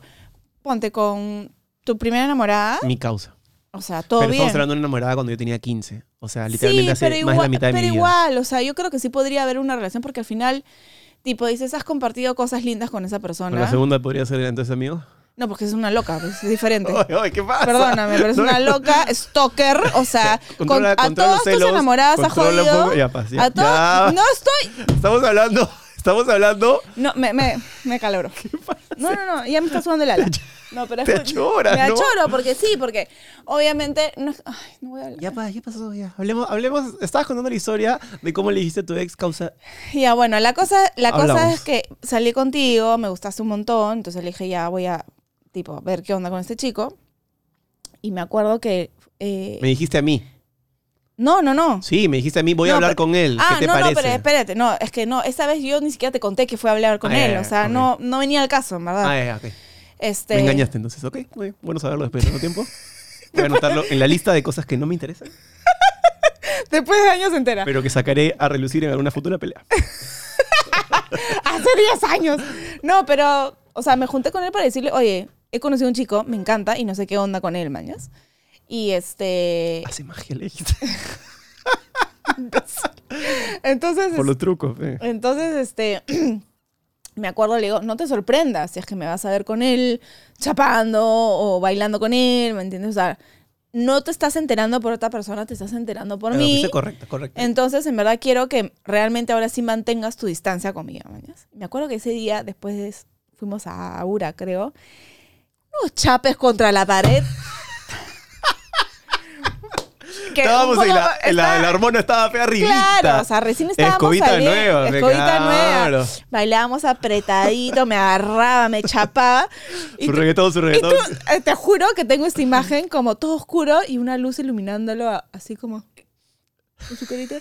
Ponte con tu primera enamorada,
Mi causa.
o sea, todo
pero
bien.
estamos hablando de una enamorada cuando yo tenía 15. O sea, literalmente hace
pero
más de la mitad de
pero
mi vida.
igual, o sea, yo creo que sí podría haber una relación porque al final, tipo, dices, has compartido cosas lindas con esa
Pero
persona.
la segunda podría ser entonces amigo.
No, porque es una loca, pues, es diferente.
Ay, ay, ¿qué pasa?
Perdóname, pero es
No,
una
no.
loca, stalker, o sea, con-
Controla-
a
controla
todas
los celos,
tus enamoradas ha
controla un
jodido.
poco- ya, paz, ya.
a todas-
Ya.
No estoy.
Estamos hablando, estamos hablando.
No, me, me, me caloró. No, no, no, ya me está sudando el ala. No, pero
te achoras,
Me
¿no?
achoro, porque sí, porque obviamente. No, ay, no voy a hablar.
Ya, pa, ya pasó, ya. Hablemos, hablemos. Estabas contando la historia de cómo le dijiste a tu ex causa.
Ya, bueno, la cosa, la cosa
Hablamos.
es que salí contigo, me gustaste un montón, entonces le dije, ya voy a, tipo, ver qué onda con este chico. Y me acuerdo que... eh,
Me dijiste a mí.
No, no, no.
Sí, me dijiste a mí, voy a
No,
hablar
pero-
con él.
ah,
¿Qué te
no,
parece?
no, pero espérate, no, es que no, esta vez yo ni siquiera te conté que fue a hablar con
Ah, ya,
él,
ya,
o sea,
ok.
no, no venía al caso, en verdad.
Ah, ya, ok.
este,
Me engañaste entonces, ok. Muy bien. Bueno saberlo después de tanto tiempo. Voy a anotarlo en la lista de cosas que no me interesan,
Después de años entera.
pero que sacaré a relucir en alguna futura pelea.
Hace 10 años. No, pero, o sea, me junté con él para decirle, oye, he conocido a un chico, me encanta y no sé qué onda con él, mañas. Y este...
Hace magia, le dijiste.
Entonces...
Por los trucos, eh. fe.
Entonces, este, me acuerdo, le digo, no te sorprendas si es que me vas a ver con él chapando o bailando con él, ¿me entiendes? O sea, no te estás enterando por otra persona, te estás enterando por
Claro,
mí.
Ah, fuiste correcta, correcta.
Entonces, en verdad quiero que realmente ahora sí mantengas tu distancia conmigo, mañas. Me acuerdo que ese día, después de- fuimos a Aura, creo, unos chapes contra la pared. Que un
Estábamos en
poco-
la, en la,
estaba-
la hormona estaba fea arribita.
Claro, o sea, recién estábamos
Escobita
saliendo,
nueva, fe,
escobita
claro.
nueva. Bailábamos apretadito, me agarraba, me chapaba. Y
Su
tú-
reggaetón, su
y tú,
reggaetón.
eh, te juro que tengo esta imagen como todo oscuro y una luz iluminándolo a- así como con su carita.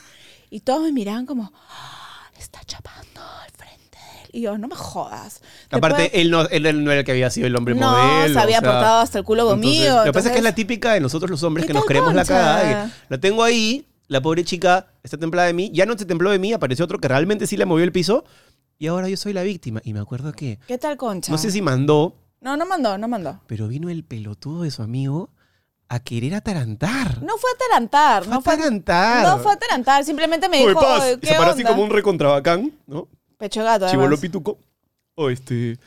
Y todos me miraban como, "Ah, está chapando al frente de él. Y yo, no me jodas.
Aparte,
Después-
él no, él, él no era el que había sido el hombre
No,
modelo.
se había
o sea,
portado hasta el culo conmigo,
entonces- lo que pasa es que es
entonces-
la típica de nosotros los hombres
¿Qué
que nos
tal,
creemos la
concha?
cagada. de que La tengo ahí, la pobre chica está templada de mí, ya no se templó de mí, apareció otro que realmente sí la movió el piso y ahora yo soy la víctima. Y me acuerdo que,
¿Qué tal, concha?
no sé si mandó,
no, no mandó, no mandó.
pero vino el pelotudo de su amigo a querer atarantar.
No fue a atarantar, no fue,
atarantar.
no fue a atarantar, simplemente me dijo,
paz.
"Oye,
Y
¿qué
se paró así
onda?
como un recontravacán, ¿no?
Pecho de gato,
Chivolo
además.
pituco. O este.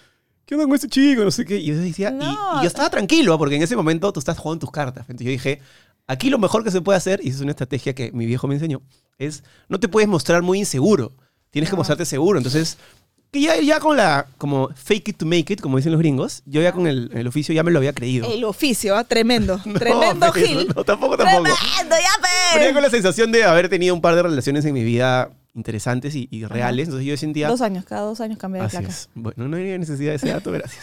¿Qué onda con ese chico? No sé qué. Y yo decía. y-
No.
Y, yo estaba tranquilo, ¿ah? porque en ese momento tú estás jugando tus cartas. Entonces yo dije. Aquí lo mejor que se puede hacer, y esa es una estrategia que mi viejo me enseñó, es no te puedes mostrar muy inseguro. Tienes que mostrarte seguro. Entonces, que ya, ya con la, como fake it to make it, como dicen los gringos, yo ya con el, el oficio ya me lo había creído.
El oficio, ah, tremendo.
No,
tremendo
pero
Gil.
no, tampoco, tampoco.
Tremendo, ya pues. pe.
Venía con la sensación de haber tenido un par de relaciones en mi vida interesantes y, y reales. Entonces yo sentía...
Dos años, cada dos años cambié de
Así
placa.
es. Bueno, no había necesidad de ese dato, gracias.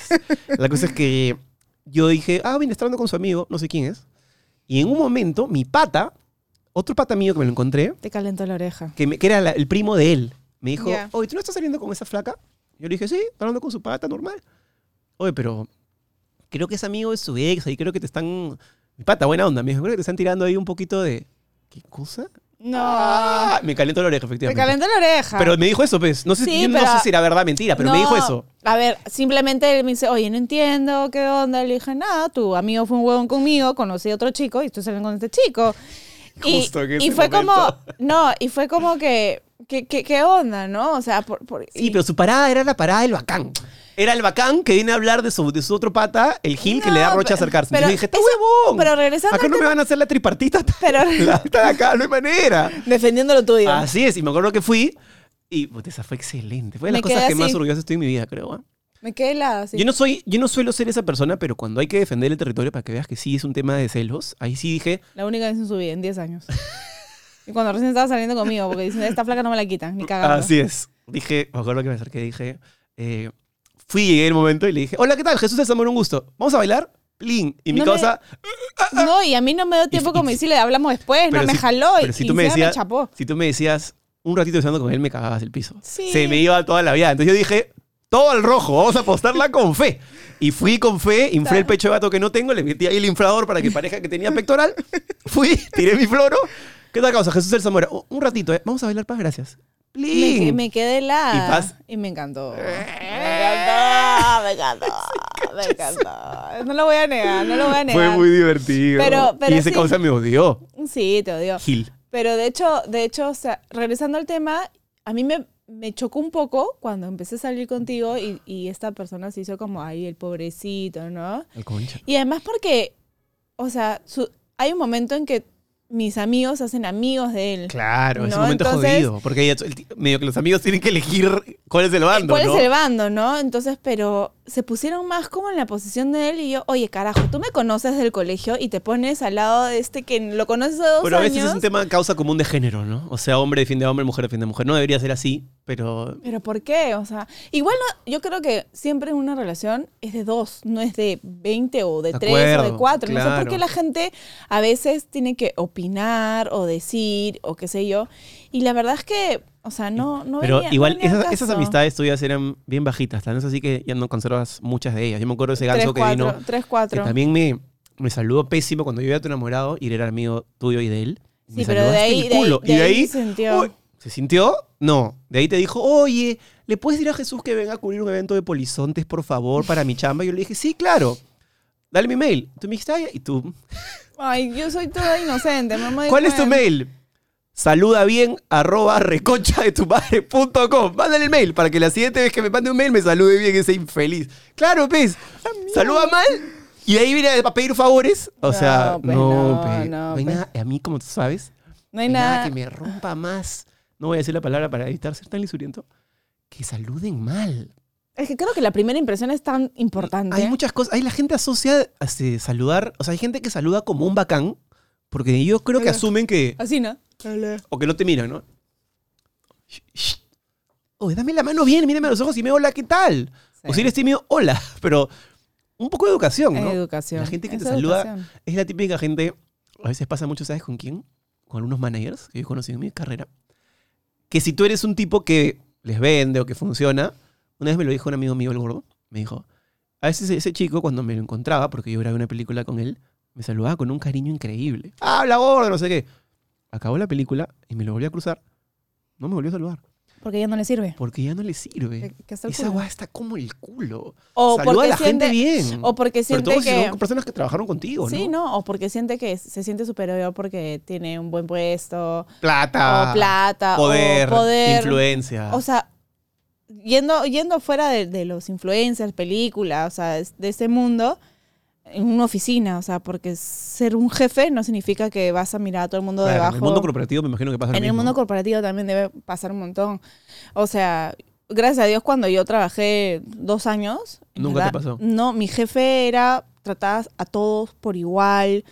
La cosa es que yo dije, ah, viene estando con su amigo, no sé quién es. Y en un momento, mi pata, otro pata mío que me lo encontré,
Te calentó la oreja.
que, me- que era la- el primo de él, me dijo,
Ya.
oye, ¿tú no estás saliendo con esa flaca? Yo le dije, sí, está hablando con su pata, normal. Oye, pero creo que es amigo de su ex, ahí creo que te están... Mi pata, buena onda, me dijo, creo que te están tirando ahí un poquito de... ¿Qué cosa?
No.
Ah, me calentó la oreja,
te
efectivamente.
calentó la oreja.
Pero me dijo eso, pues. No sé,
Sí,
yo no
pero-
sé si era verdad mentira, pero me
No.
dijo eso.
A ver, simplemente él me dice, oye, no entiendo, ¿qué onda? Le dije, nada, tu amigo fue un huevón conmigo, conocí a otro chico y estoy saliendo con este chico. Y,
Justo en ese
y fue
momento.
como, no, y fue como que, que- que- ¿qué onda, no? O sea, por, por-
Sí,
y-
pero su parada era la parada del bacán. Era el bacán que viene a hablar de su, de su otro pata, el Gil, que
No,
le da
pero-
rocha a acercarse.
pero
Entonces dije, ¡está
eso-
huevón!
pero regresando
Acá
al
no me
tema-
van a hacer la tripartita.
Pero-
La, está de acá, no hay manera.
defendiendo lo tuyo.
Así es, y me acuerdo que fui. Y puta, esa fue excelente. Fue de las
Me
cosas que
quedé
más
así.
orgulloso estoy en mi vida, creo. ¿ah?
Me quedé helada, sí.
Yo, no soy, yo no suelo ser esa persona, pero cuando hay que defender el territorio para que veas que sí es un tema de celos, ahí sí dije,
La única vez en su vida, en 10 años. y cuando recién estaba saliendo conmigo, porque dicen, esta flaca no me la quitan, ni cagando.
"Ah, Así es. Dije, me acuerdo que me acerqué, dije, eh, fui, llegué el momento y le dije, hola, ¿qué tal? Jesús del Zamor, un gusto. ¿Vamos a bailar? Plin. Y mi
No me-
causa,
No, y a mí no me dio tiempo
Y-
como
y-
decirle, hablamos después, no
pero
me
si-
jaló y,
pero si tú
y
me
encima
decías-
chapó.
si tú me decías, un ratito estando con él, me cagabas el piso.
Sí.
Se me iba toda la vida. Entonces yo dije, todo al rojo, vamos a apostarla con fe. Y fui con fe, inflé el pecho de gato que no tengo, le metí ahí el inflador para que parezca que tenía pectoral. "Oh, Fui, tiré mi floro. ¿Qué tal, causa? Jesús del Zamora. "Un- Un ratito, ¿eh? Vamos a bailar, paz, gracias.
Me, que-
Plin.
me quedé
¿Y paz?
la. Y, me encantó. Me encantó, me encantó, me encantó. No lo voy a negar, no lo voy a
Fue
negar.
muy divertido.
Pero- pero
y ese
sí.
causa me odió.
Sí, te odio.
Gil.
Pero de hecho, de hecho, o sea, regresando al tema, a mí me, me chocó un poco cuando empecé a salir contigo y, y esta persona se hizo como, ay, el pobrecito, ¿no?
El concha.
Y además porque, o sea, su- hay un momento en que mis amigos hacen amigos de él.
Claro, es un
No,
momento
entonces-
jodido. Porque ya- el- medio que los amigos tienen que elegir cuál es el bando,
¿Cuál
¿no?
es el bando, no? Entonces, pero se pusieron más como en la posición de él y yo, oye, carajo, tú me conoces del colegio y te pones al lado de este que lo conoces de dos
Pero a veces
años.
es un tema causa común de género, ¿no? O sea, hombre defiende a hombre, mujer defiende a mujer. No debería ser así, pero
Pero ¿por qué? O sea, igual no- yo creo que siempre en una relación es de dos, no es de 20 o de,
De
3 o de
acuerdo,
4. No sé
claro.
por qué la gente a veces tiene que opinar o decir o qué sé yo. Y la verdad es que, o sea, no, no
Pero
venía- no
igual,
venía al
esas,
caso.
esas amistades tuyas eran bien bajitas, tan es así que ya no conservas muchas de ellas. Yo me acuerdo de ese
Tres,
ganso que
cuatro,
vino,
tres,
que
cuatro.
también me, me saludó pésimo cuando yo era tu enamorado y él era amigo tuyo y de él.
Sí,
Me
pero de
saludaste
ahí-
el
de ahí-
culo.
de
y de
ahí
ahí,
sintió.
uy, ¿Se sintió? No. De ahí te dijo, oye, ¿le puedes decir a Jesús que venga a cubrir un evento de polizontes, por favor, para mi chamba? Y yo le dije, sí, claro. Dale mi mail. Tú me dijiste, "Ay", y tú,
Ay, yo soy toda inocente, mamá.
¿Cuál es tu mail? Saluda bien arroba recocha de tu madre.com. Mándale el mail para que la siguiente vez que me mande un mail me salude bien ese infeliz. Claro, pez.
Ah,
Saluda mal y de ahí viene a pedir favores. O
No,
sea,
pues,
no,
no,
pe.
no,
No hay
pues.
nada, a mí como tú sabes,
No hay nada.
que me rompa más. No voy a decir la palabra para evitar ser tan lisuriento. Que saluden mal.
Es que creo que la primera impresión es tan importante.
Hay muchas cosas. Hay la gente asocia a este, saludar. O sea, hay gente que saluda como un bacán. Porque yo creo que
Hola.
asumen que.
Así, ¿no?
O que no te miran, ¿no? Shh, shh. Oye, dame la mano bien, mírame a los ojos y me hola, ¿qué tal? O si
Eh.
eres tímido, hola. Pero un poco de educación,
Es
¿no?
educación.
La gente que
Es
te saluda-
educación.
Es la típica gente, a veces pasa mucho, ¿sabes con quién? Con algunos managers que yo he conocido en mi carrera. Que si tú eres un tipo que les vende o que funciona, una vez me lo dijo un amigo mío, el gordo, me dijo, a veces ese chico cuando me lo encontraba, porque yo grabé una película con él, me saludaba con un cariño increíble. Habla gordo, no sé qué. Acabó la película y me lo volví a cruzar. No me volvió a saludar.
Porque ya no le sirve.
Porque ya no le sirve.
Que- que está el
Esa
culo.
guay está como el culo.
O
Saluda a
porque
la
siente-
gente bien.
O porque
Sobre
siente
todo si
que.
son personas que trabajaron contigo,
sí,
¿no?
¿no? O porque siente que se siente superior porque tiene un buen puesto,
Plata.
o plata,
Ah, poder,
o poder.
influencia.
O sea, yendo, yendo fuera de, de los influencers, películas, o sea, es- de ese mundo, en una oficina, o sea, porque ser un jefe no significa que vas a mirar a todo el mundo
Claro,
debajo.
En el mundo corporativo me imagino que pasa lo
En el
mismo.
mundo corporativo también debe pasar un montón. O sea, gracias a Dios cuando yo trabajé dos años. en
Nunca te pasó.
No, mi jefe era, tratabas a todos por igual.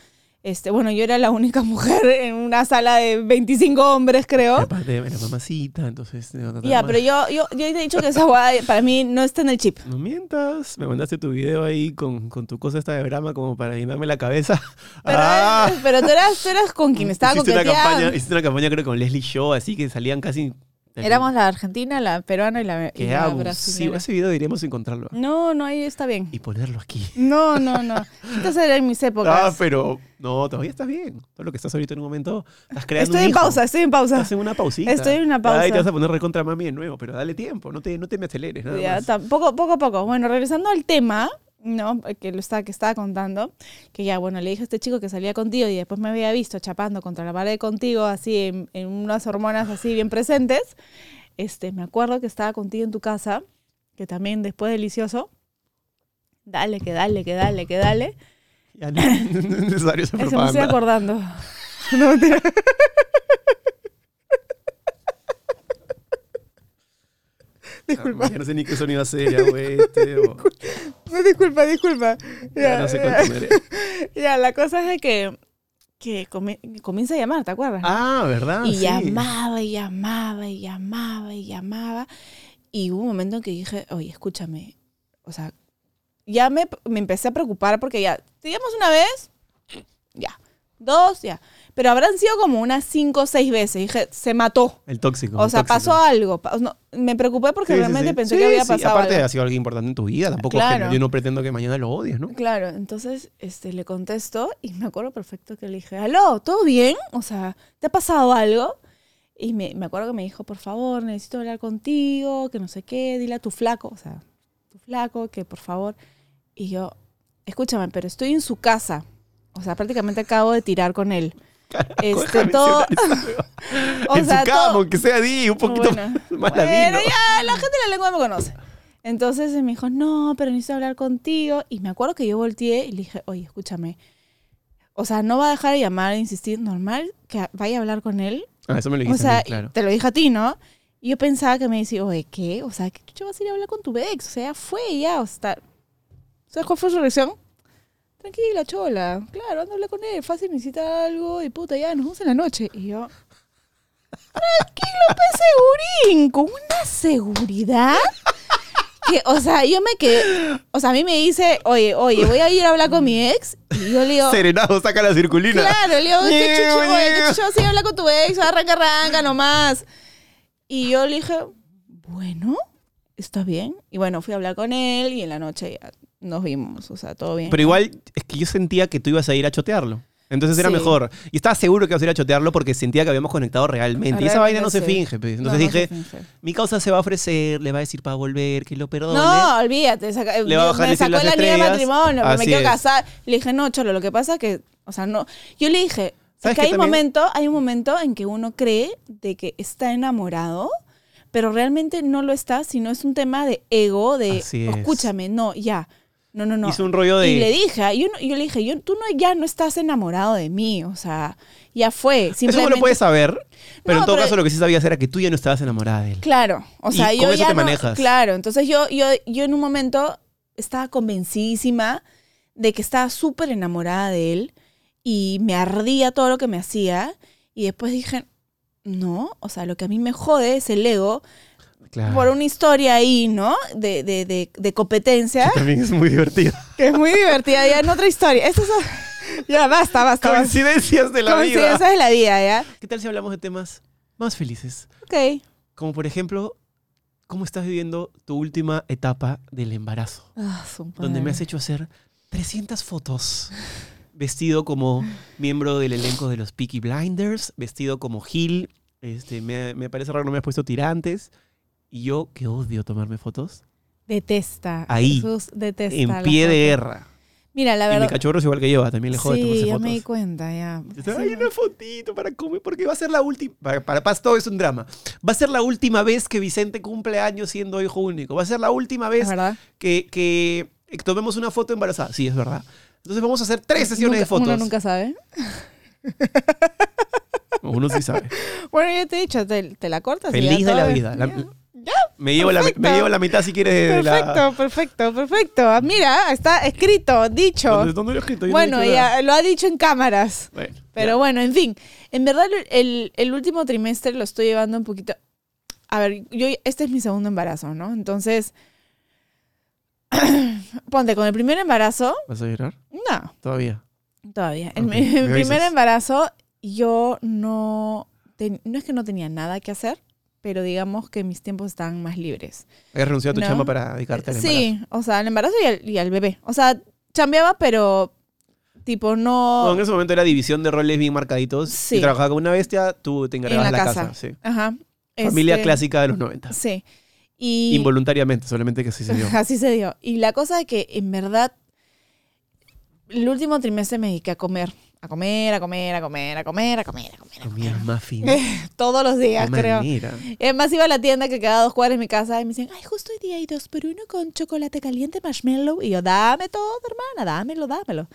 Este, bueno, yo era la única mujer en una sala de 25 hombres,
Y
creo.
aparte, era mamacita, entonces... te van
Ya,
a tratar mal.
pero yo, yo, yo he dicho que esa guada para mí no está en el chip.
No mientas, me mandaste tu video ahí con, con tu cosa esta de brama como para llenarme la cabeza.
Pero,
¡Ah! Mm,
pero tú, eras, tú eras con quien me estaba
hiciste una,
coqueteando.
campaña, hiciste una campaña creo con Leslie Show, así que salían casi...
Éramos la argentina, la peruana y la, y
Qué
la
abusivo.
brasileña.
Ese video deberíamos encontrarlo.
No, no, ahí está bien.
Y ponerlo aquí.
No, no, no. Entonces era en mis épocas.
Ah, pero... No, todavía estás bien. Todo lo que estás ahorita en un momento... Estás creando
Estoy
un
en
hijo.
pausa, estoy en pausa.
Estás en una pausita.
Estoy en una pausa.
Ahí te vas a poner recontra mami de nuevo, pero dale tiempo, no te, no te me aceleres. Nada
Ya,
más.
tam- poco, poco a poco. Bueno, regresando al tema, ¿no? Que lo estaba, que estaba contando, que ya, bueno, le dije a este chico que salía contigo y después me había visto chapando contra la pared contigo, así, en, en unas hormonas así bien presentes. Este, me acuerdo que estaba contigo en tu casa, que también después delicioso. Dale, que dale, que dale, que dale.
Ya no, no es necesario esa
Es que me estoy
propaganda.
acordando. No, mentira.
Ah, Ya no sé ni qué sonido hacer, ya, güey. este, o-
No, disculpa, disculpa.
Ya no sé
ya.
cuánto me haré.
Ya, la cosa es de que, que come- comienza a llamar, ¿te acuerdas?
Ah, ¿verdad?
y
Sí.
llamaba y llamaba y llamaba y llamaba. Y hubo un momento en que dije, oye, escúchame. O sea, ya me, me empecé a preocupar porque ya, te llamas una vez, ya. Dos, ya. Pero habrán sido como unas cinco o seis veces. Dije, se mató.
El tóxico.
O
el
sea,
tóxico.
pasó algo. Pa- no, me preocupé porque
Sí, sí,
realmente
sí.
pensé
Sí,
que había
sí,
pasado
Aparte,
algo.
ha sido algo importante en tu vida. Tampoco es que
Claro.
no- yo no pretendo que mañana lo odies, ¿no?
Claro, entonces este, le contesto y me acuerdo perfecto que le dije, aló, ¿todo bien? O sea, ¿te ha pasado algo? Y me, me acuerdo que me dijo, por favor, necesito hablar contigo, que no sé qué, dile a tu flaco, o sea, tu flaco, que por favor. Y yo, escúchame, pero estoy en su casa. O sea, prácticamente acabo de tirar con él. este, todo... o
en
sea,
su cama,
todo-
aunque sea di, un poquito
Bueno.
más, más ladino.
Bueno, ya, la gente de la lengua me conoce. Entonces eh, me dijo, no, pero necesito hablar contigo. Y me acuerdo que yo volteé y le dije, oye, escúchame. O sea, no va a dejar de llamar e insistir. Normal que vaya a hablar con él.
Ah, eso me lo
O
dijiste a
sea,
mí, claro.
te lo dije a ti, ¿no? Y yo pensaba que me decía, oye, ¿qué? O sea, ¿qué chucha vas a ir a hablar con tu ex? O sea, ya fue, ya. O sea, ¿sabes cuál fue su reacción? Tranquila, chola. Claro, anda a hablar con él. Fácil, necesita algo. Y puta, ya, nos vemos en la noche. Y yo... Tranquilo, pues, segurín. Con una seguridad... Que, o sea, yo me quedé... O sea, a mí me dice, oye, oye, voy a ir a hablar con mi ex. Y yo le digo...
Serenado, saca la circulina.
Claro, le digo, ¿qué
Ñe,
chucho, güey? ¿Qué
ñe.
chucho? Sí, habla con tu ex, arranca, arranca nomás. Y yo le dije, bueno, está bien. Y bueno, fui a hablar con él y en la noche ya nos vimos, o sea, todo bien.
Pero igual es que yo sentía que tú ibas a ir a chotearlo. Entonces era
Sí.
mejor. Y estaba seguro que ibas a ir a chotearlo porque sentía que habíamos conectado realmente. y esa
Realmente
vaina no se
sí.
finge.
No,
pues. Entonces
no
dije,
se finge.
mi causa se va a ofrecer, le va a decir para volver, que lo perdone.
No, olvídate, saca-
¿eh? Le va a bajar
me
el cielo
sacó
a las
la niña de
estrellas.
matrimonio, pero
Así
me quiero
es.
casar. Le dije, no, Cholo, lo que pasa es que, o sea, no. Yo le dije, es
¿Sabes
que
qué
hay un
también?
momento, hay un momento en que uno cree de que está enamorado, pero realmente no lo está, sino es un tema de ego, de
Así es.
escúchame, no, ya. No, no, no.
Hizo un rollo de-
Y le dije, ah, yo, no- yo le dije, yo, tú no, ya no estás enamorado de mí, o sea, ya fue.
Eso no
Simplemente,
lo puedes saber. Pero
No,
en todo
pero-
caso lo que sí sabías era que tú ya no estabas enamorada de él.
Claro, o
Y
sea, yo
con eso
ya
te
no-
manejas.
Claro, entonces yo, yo, yo en un momento estaba convencidísima de que estaba súper enamorada de él y me ardía todo lo que me hacía y después dije, no, o sea, lo que a mí me jode es el ego
Claro.
por una historia ahí, ¿no? De, de, de, de competencia,
También es muy divertido.
que es muy divertida, ya en otra historia. Esto es- ya basta, basta. basta.
Coincidencias de la vida.
Coincidencias de la vida, ¿ya?
¿Qué tal si hablamos de temas más felices?
Ok.
Como por ejemplo, ¿cómo estás viviendo tu última etapa del embarazo?
Ah, su
donde me
madre.
has hecho hacer 300 fotos. Vestido como miembro del elenco de los Peaky Blinders, vestido como Gil. Este, me, me parece raro que no me has puesto tirantes. Y yo, que odio tomarme fotos,
Detesta.
Ahí,
Jesús detesta
en
la
pie de
foto.
guerra.
Mira, la
Y mi
verdad.
cachorro es igual que yo, ah, también le jode
sí, ya
tomarse
me di
fotos.
cuenta, ya.
Entonces,
Sí,
Hay una fotito para comer, porque va a ser la última. Para, para Paz todo es un drama. Va a ser la última vez que Vicente cumple años siendo hijo único. Va a ser la última
es
vez
verdad.
que, que eh, tomemos una foto embarazada. Sí, es verdad. Entonces vamos a hacer tres sesiones de
Nunca-
fotos.
Uno nunca sabe.
Uno sí sabe.
Bueno, ya te he dicho, te, te la cortas. y
Feliz
ya
de la
todo-
vida. La-
Ya.
me, llevo la, me llevo la mitad si quieres de la-
Perfecto, perfecto, perfecto. Ah, Mira, está escrito, dicho.
¿Dónde, dónde lo he escrito? Yo no he
Bueno,
dicho nada.
ya lo ha dicho en cámaras.
Bueno,
Pero bueno, en fin. En verdad, el, el último trimestre lo estoy llevando un poquito. A ver, yo este es mi segundo embarazo, ¿no? Entonces, ponte, con el primer embarazo,
ya. ¿Vas a llorar?
no.
Todavía.
Todavía. En
Ok,
mi
me
primer
avisas.
embarazo yo no... ten- no es que no tenía nada que hacer, pero digamos que mis tiempos estaban más libres.
Has renunciado a tu
No.
chamba para dedicarte al embarazo.
Sí, o sea, al embarazo y al, y al bebé. O sea, chambeaba, pero tipo no...
Bueno, en ese momento era división de roles bien marcaditos.
Sí.
Y trabajaba como una bestia, tú te encargabas
En
la,
la
casa.
casa.
sí.
Ajá.
Familia
Este,
clásica de los 90.
Sí. Y...
Involuntariamente, solamente que sí se dio.
Así se dio. Y la cosa es que en verdad el último trimestre me dediqué a comer. A comer, a comer, a comer, a comer, a comer, a comer. a
Comías muffin.
comer. Todos los días, creo.
manera.
Y Además iba a la tienda que quedaba a dos cuadras de mi casa y me decían, ay, justo hoy día hay dos por uno con chocolate caliente, marshmallow. Y yo, dame todo, hermana, dámelo, dámelo.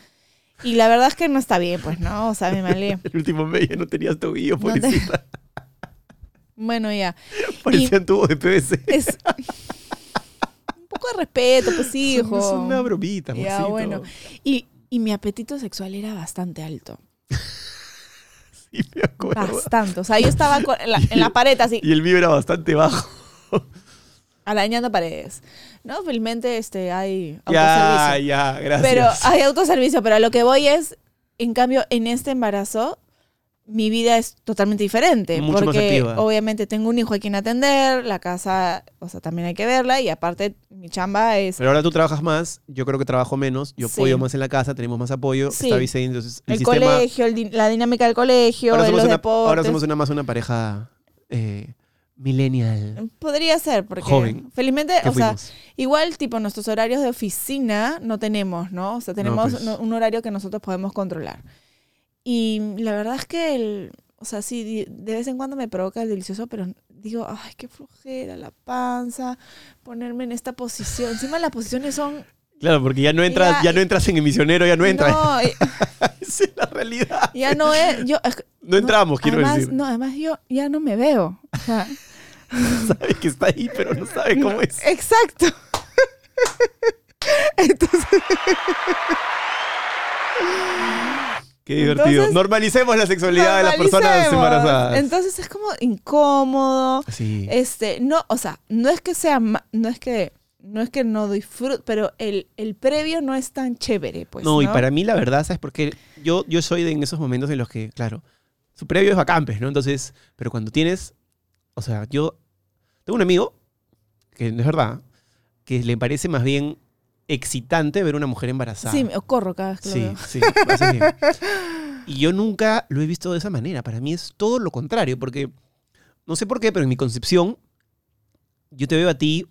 Y la verdad es que no está bien, pues, ¿no? O sea, me malé.
El último mes ya no tenías tu guillo,
No te-
pobrecita.
Bueno, ya.
Parecían tubos de PVC.
Es... Un poco de respeto, pues, hijo.
Es una bromita,
Ya,
amorcito.
bueno. Y, y mi apetito sexual era bastante alto.
Sí, me acuerdo.
Bastante. O sea, yo estaba con- en, la, en la pared así.
Y el mío era bastante bajo.
arañando paredes. No, felizmente este, hay
Ya,
autoservicio.
ya, gracias.
pero hay autoservicio, pero a lo que voy es, en cambio, en este embarazo, mi vida es totalmente diferente.
Mucho más
porque
activa.
obviamente tengo un hijo a quien atender, la casa, o sea, también hay que verla, y aparte mi chamba es
Pero ahora tú trabajas más, yo creo que trabajo menos, yo
Sí.
apoyo más en la casa, tenemos más apoyo,
Sí.
está Vicente, entonces el,
el
sistema...
colegio, el di- la dinámica del colegio,
ahora,
de
somos
los
una,
deportes.
ahora somos una más una pareja eh, millennial
Podría ser, porque
Joven.
felizmente,
que
o sea,
fuimos.
igual tipo nuestros horarios de oficina no tenemos, ¿no? O sea, tenemos
pues.
un- un horario que nosotros podemos controlar. Y la verdad es que, el, o sea, sí, di- de vez en cuando me provoca el delicioso, pero digo, ay, qué flojera la panza, ponerme en esta posición. Encima las posiciones son...
Claro, porque ya no entras,
Ya,
ya no entras en el misionero, ya no entras.
No, eh,
Esa es la realidad.
ya no es... Yo, es que-
No entramos, quiero
además,
decir.
No, además yo ya no me veo. O sea,
Sabe que está ahí, pero no sabe cómo es.
Exacto. Entonces,
Qué divertido.
Entonces,
normalicemos la sexualidad de las personas
normalicemos.
embarazadas.
Entonces es como incómodo.
sí.
Este, no, o sea, no es que sea, ma- no es que, no es que no disfrute, pero el, el previo no es tan chévere, pues.
no, y para mí la verdad, ¿sabes? Porque yo, yo soy de en esos momentos en los que, claro, su previo es vacampes, ¿no? Entonces, pero cuando tienes, o sea, yo tengo un amigo, que es verdad, que le parece más bien excitante ver una mujer embarazada.
Sí, me corro cada vez que lo
Sí,
veo.
sí, lo haces bien. Y yo nunca lo he visto de esa manera. Para mí es todo lo contrario, porque no sé por qué, pero en mi concepción, yo te veo a ti,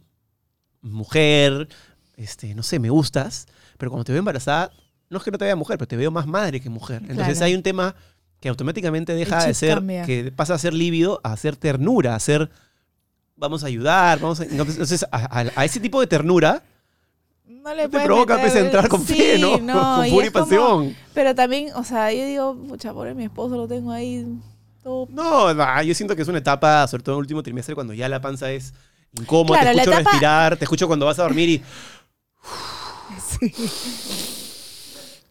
mujer, este, no sé, me gustas, pero cuando te veo embarazada, no es que no te vea mujer, pero te veo más madre que mujer. Entonces
Claro.
hay un tema que automáticamente deja
El
de
chip
ser,
cambia.
que pasa a ser lívido, a ser ternura, a ser, vamos a ayudar, vamos a... Entonces, a- a- a ese tipo de ternura
No le
te
puedes
provoca
meter-
pues, entrar con
sí,
fe, ¿no? con
y
furia y
es como-
pasión.
pero también, o sea, yo digo, pucha, pobre mi esposo, lo tengo ahí todo
No, no, yo siento que es una etapa, sobre todo en el último trimestre, cuando ya la panza es incómoda,
Claro,
te
la
escucho
etapa-
respirar, te escucho cuando vas a dormir y
Sí.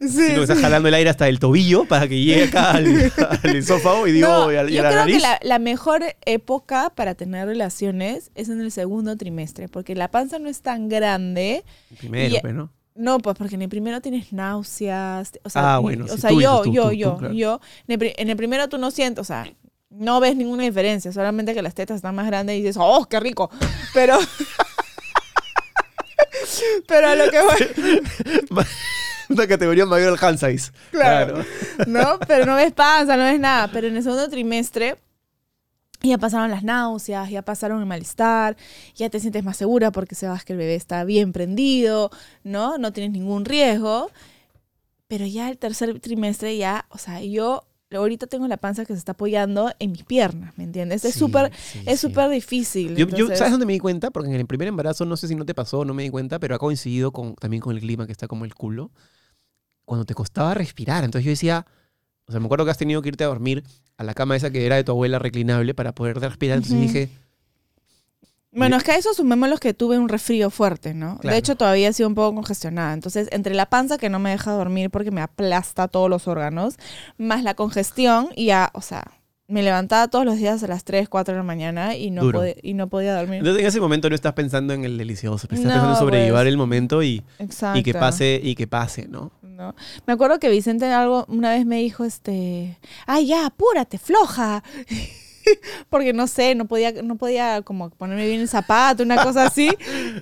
Sí,
siento que estás jalando el aire hasta el tobillo para que llegue acá al, al esófago y digo,
No,
y a, y a
yo
la
creo
nariz.
que la, la mejor época para tener relaciones es en el segundo trimestre, porque la panza no es tan grande.
Primero,
y-
pues, ¿no?
No, pues porque en el primero tienes náuseas. O sea,
Ah,
y-
bueno,
o
sí,
sea
tú dices
yo,
tú,
yo,
tú, tú,
yo,
claro.
yo. En el, pri- en el primero tú no sientes, o sea, no ves ninguna diferencia, solamente que las tetas están más grandes y dices, ¡oh, qué rico! Pero. Pero a lo que voy.
una categoría mayor al hand size.
Claro. ¿No? Pero no ves panza, no ves nada. Pero en el segundo trimestre ya pasaron las náuseas, ya pasaron el malestar, ya te sientes más segura porque sabes que el bebé está bien prendido, ¿no? No tienes ningún riesgo. Pero ya el tercer trimestre ya, o sea, yo ahorita tengo la panza que se está apoyando en mis piernas, ¿me entiendes? Es
Sí,
súper
sí,
es
sí.
súper difícil.
Yo- yo-
entonces-
¿Sabes dónde me di cuenta? Porque en el primer embarazo, no sé si no te pasó, no me di cuenta, pero ha coincidido con, también con el clima que está como el culo. Cuando te costaba respirar, entonces yo decía, o sea, me acuerdo que has tenido que irte a dormir a la cama esa que era de tu abuela reclinable para poder respirar. Entonces
Ujú.
dije,
Bueno, es que a eso sumemos los que tuve un resfrío fuerte, ¿no?
Claro.
De hecho, todavía he sido un poco congestionada. Entonces, entre la panza que no me deja dormir porque me aplasta todos los órganos, más la congestión, y ya, o sea, me levantaba todos los días a las 3, 4 de la mañana y no,
Duro.
pode- y no podía dormir.
entonces en ese momento no estás pensando en el delicioso, estás
No,
pensando en sobrellevar
pues. Ah.
el momento y,
Exacto.
y que pase, y que pase, ¿no?
¿no? Me acuerdo que Vicente algo una vez me dijo, este, ay ya, apúrate, floja. Porque no sé, no podía, no podía como ponerme bien el zapato, una cosa así.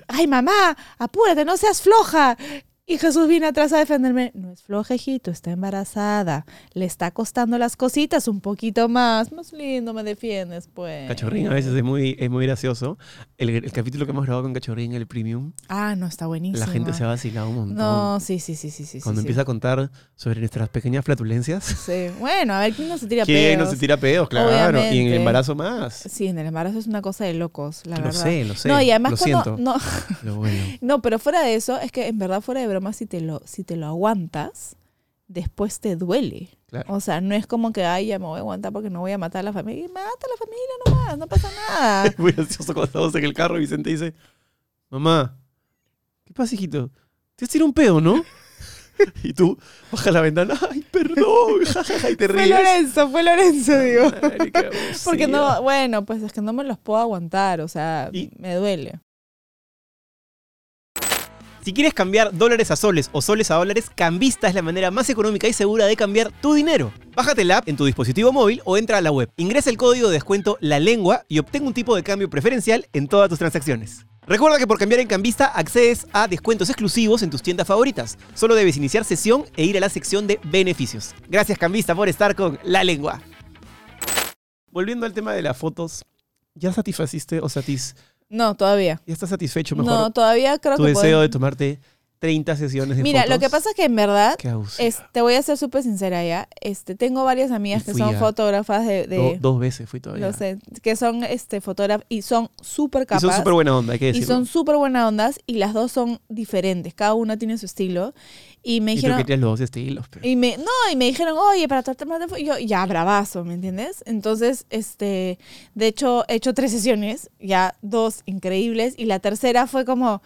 Ay, mamá, apúrate, no seas floja. Y Jesús viene atrás a defenderme. No es floja, hijito, está embarazada. Le está costando las cositas un poquito más. Más lindo me defiendes, pues.
Cachorrín a veces es muy, es muy gracioso. El, el capítulo que hemos grabado con Cachorrín, el premium,
Ah, no, está buenísimo.
la gente se ha vacilado un montón.
No, sí, sí, sí, sí, sí.
Cuando
sí,
empieza a contar sobre nuestras pequeñas flatulencias.
sí. Bueno, a ver, ¿quién no se tira
¿Quién no
pedos?
se tira pedos? Claro. Y en el
Obviamente.
embarazo más.
Sí, en el embarazo es una cosa de locos, la
Lo
verdad.
sé, lo sé,
No, y además
lo
cuando-
siento.
no,
Lo bueno.
no, pero fuera de eso, es que en verdad, fuera de broma, si te lo, si te lo aguantas, después te duele.
Claro.
O sea, no es como que, ay, ya me voy a aguantar porque no voy a matar a la familia. Y Mata a la familia nomás, no pasa nada.
Es muy gracioso cuando estamos en el carro y Vicente dice, mamá, ¿qué pasa, hijito? Te has tirado un pedo, ¿no? y tú bajas la ventana, ay, perdón, jajaja, y te
Fue
ríes.
Lorenzo, fue Lorenzo, digo.
Ay, qué abusiva.
Porque no, bueno, pues es que no me los puedo aguantar, o sea,
Y-
me duele.
Si quieres cambiar dólares a soles o soles a dólares, Cambista es la manera más económica y segura de cambiar tu dinero. Bájate la app en tu dispositivo móvil o entra a la web. Ingresa el código de descuento La Lengua y obtén un tipo de cambio preferencial en todas tus transacciones. Recuerda que por cambiar en Cambista accedes a descuentos exclusivos en tus tiendas favoritas. Solo debes iniciar sesión e ir a la sección de beneficios. Gracias Cambista por estar con La Lengua. Volviendo al tema de las fotos,
ya satisfaciste o satis,
No, todavía.
ya estás satisfecho
No,
mejor
todavía creo
tu
que
deseo
puedo.
de tomarte 30 sesiones de
Mira, lo que pasa es que en verdad,
que
es- te voy a ser súper sincera ya. Este, tengo varias amigas
Y
que
fui
son
a-
fotógrafas de, de-
dos veces fui todavía.
no sé, que son este fotógrafas y son súper
Y
capaces.
son súper buena onda, hay que
y
decirlo.
son súper buenas ondas y las dos son diferentes, cada una tiene su estilo. Y me
Y tú
dijeron,
que tienes los dos estilos. pero-
Y me, no, y me dijeron, oye, para tratar más de... fo-". Y yo, ya, bravazo, ¿me entiendes? Entonces, este, de hecho, he hecho tres sesiones, ya dos increíbles, y la tercera fue como,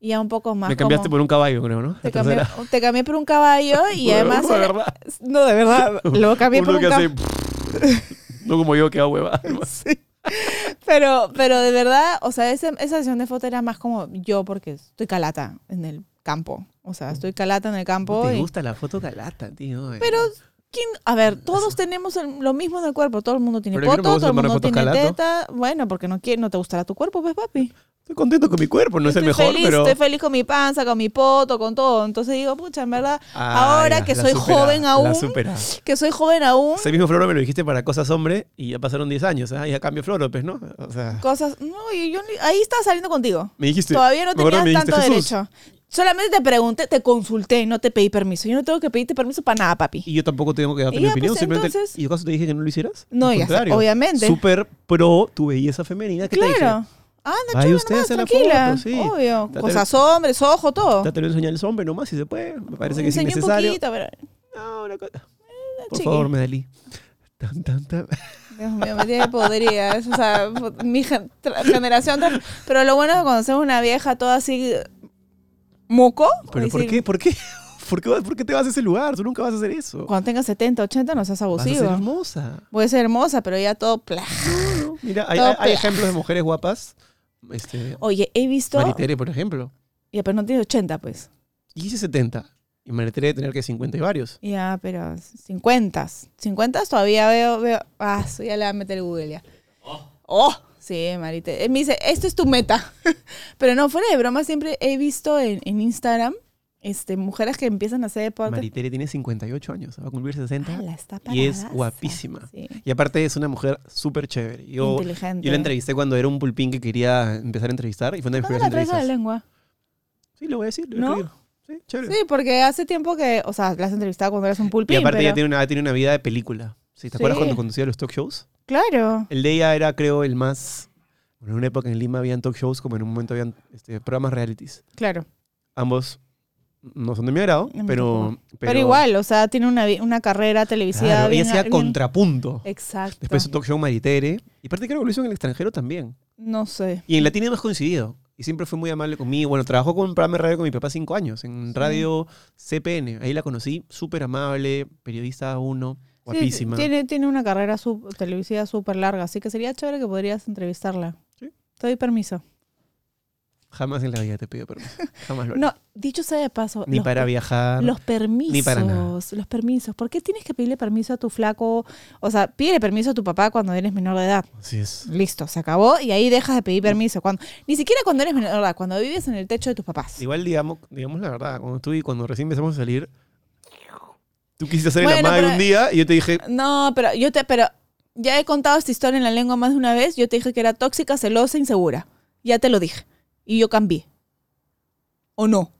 ya un poco más
Me cambiaste
como-
por un caballo, creo, ¿no?
te,
La
cambié,
tercera.
te cambié por un caballo y además...
Bueno,
era-
la verdad.
no, de verdad, lo cambié por
Uno
un
que hace...
caballo.
no como yo, que hago hueva.
Pero, pero de verdad, o sea, ese- esa sesión de foto era más como yo, porque estoy calata en el campo. O sea, estoy calata en el campo.
Te
y-
gusta la foto galata, tío. eh.
Pero, ¿quién? A ver, todos tenemos el- lo mismo en el cuerpo. Todo el mundo tiene
Pero a mí
poto,
no me gusta
todo el
tomar
mundo
fotos
tiene
calato.
teta. Bueno, porque no, quiere, no te gustará tu cuerpo, pues, papi.
Estoy contento con mi cuerpo, no es el
Estoy
mejor,
feliz,
pero...
Estoy feliz con mi panza, con mi poto, con todo. Entonces digo, pucha, en verdad,
Ah,
ahora
ya,
que
la
soy
supera,
joven
la
aún,
supera.
que soy joven aún,
Ese mismo floro me lo dijiste para cosas hombre y ya pasaron 10 años, ¿ah? Y ya cambió floro, pues, ¿no? O sea,
cosas... No, y yo, ni- ahí estaba saliendo contigo.
me dijiste...
Todavía no
me acuerdo
tenías
que me dijiste,
tanto
"Jesús".
derecho. Solamente te pregunté, te consulté, no te pedí permiso. Yo no tengo que pedirte permiso para nada, papi.
Y yo tampoco tengo que darte
Y
mi
ya,
opinión.
pues,
simplemente,
entonces-
¿Y acaso te dije que no lo hicieras?
No,
Al
ya sé,
contrario,
obviamente.
Súper pro tu belleza femenina. ¿qué te dije?
Claro. Anda,
Vaya
chulo,
usted a
nomás,
hacer la
tranquila.
foto, sí.
Obvio.
Date-
Cosas hombres, ojo, todo.
Trata de enseñar el hombre nomás si se puede. Me parece que es
Enseñé
innecesario.
un poquito, pero... eh,
No, una cosa. Por
chiqui.
favor, Medalí. Tan, tan, tan.
Dios mío, me tiene podrida. es, O sea, mi gen- tra- generación... tra- Pero lo bueno es que cuando seas una vieja toda así... ¿Moco?
¿Pero por
decir,
qué? ¿Por qué? ¿Por qué, vas- por qué te vas a ese lugar? Tú nunca vas a hacer eso.
Cuando tengas 70, 80 no seas
Vas a ser
abusivo.
hermosa.
Voy a ser hermosa, pero ya todo... pla.
No, Mira, hay,
Todo
hay- hay
pla-
ejemplos de mujeres guapas. Este,
Oye, he visto...
Maritere, por ejemplo.
Ya, pero no tiene 80, pues.
Y hice 70. Y Maritere debe tener que 50 y varios.
Ya, pero 50. 50 todavía veo, veo. Ah, su- ya le va a meter Google ya. Oh, sí, Marite. Eh, Me dice, esto es tu meta. pero no, fuera de broma, siempre he visto en, en Instagram este, mujeres que empiezan a hacer deporte.
Maritere tiene 58 años. Va a cumplir 60.
Ala, está
y es
paradaza.
guapísima.
Sí.
Y aparte es una mujer súper chévere. Yo,
Inteligente.
yo la entrevisté cuando era un pulpín que quería empezar a entrevistar. Y fue una de mis
¿Cuándo
primeras
la traes a
entrevistas.
la lengua?
Sí, lo voy a decir. Lo voy a
¿No?
escribir. Sí, chévere.
Sí, porque hace tiempo que, o sea, las entrevistaba cuando eras un
Y
pulpín,
aparte
pero-
ella tiene una, tiene una vida de película. ¿Sí? ¿Te
Sí.
acuerdas cuando conducía los talk shows?
Claro.
El de ella era, creo, el más... Bueno, en una época en Lima habían talk shows, como en un momento habían este, programas realities.
Claro.
Ambos no son de mi agrado,
No,
pero,
tampoco. Pero, igual, o sea, tiene una, vi- una carrera televisiva
Claro,
bien...
ella hacía
bien-
contrapunto.
Exacto.
Después su talk show Maritere. Y aparte creo que lo hizo en el extranjero también.
No sé.
Y en Latina hemos coincidido. Y siempre fue muy amable conmigo. Bueno, trabajó con un programa de radio con mi papá cinco años, en radio CPN. Ahí la conocí, súper amable, periodista uno,
Sí,
guapísima.
tiene, tiene una carrera sub- televisiva súper larga, así que sería chévere que podrías entrevistarla.
Sí.
Te doy permiso.
Jamás en la vida te pido permiso. Jamás lo haré.
No, dicho sea de paso,
Ni
Mm, los,
para
per-
viajar.
los permisos,
ni para nada.
los permisos. ¿Por qué tienes que pedirle permiso a tu flaco? O sea, pídele permiso a tu papá cuando eres menor de edad.
Así es.
Listo, se acabó y ahí dejas de pedir permiso. Cuando, ni siquiera cuando eres menor de edad, cuando vives en el techo de tus papás.
Igual, digamos, digamos la verdad, cuando tú y cuando recién empezamos a salir, tú quisiste hacer la
Bueno,
madre
pero-
un día y yo te dije,
No, pero yo te, pero ya he contado esta historia en la lengua más de una vez. Yo te dije que era tóxica, celosa, insegura. Ya te lo dije. Y yo cambié. ¿O no?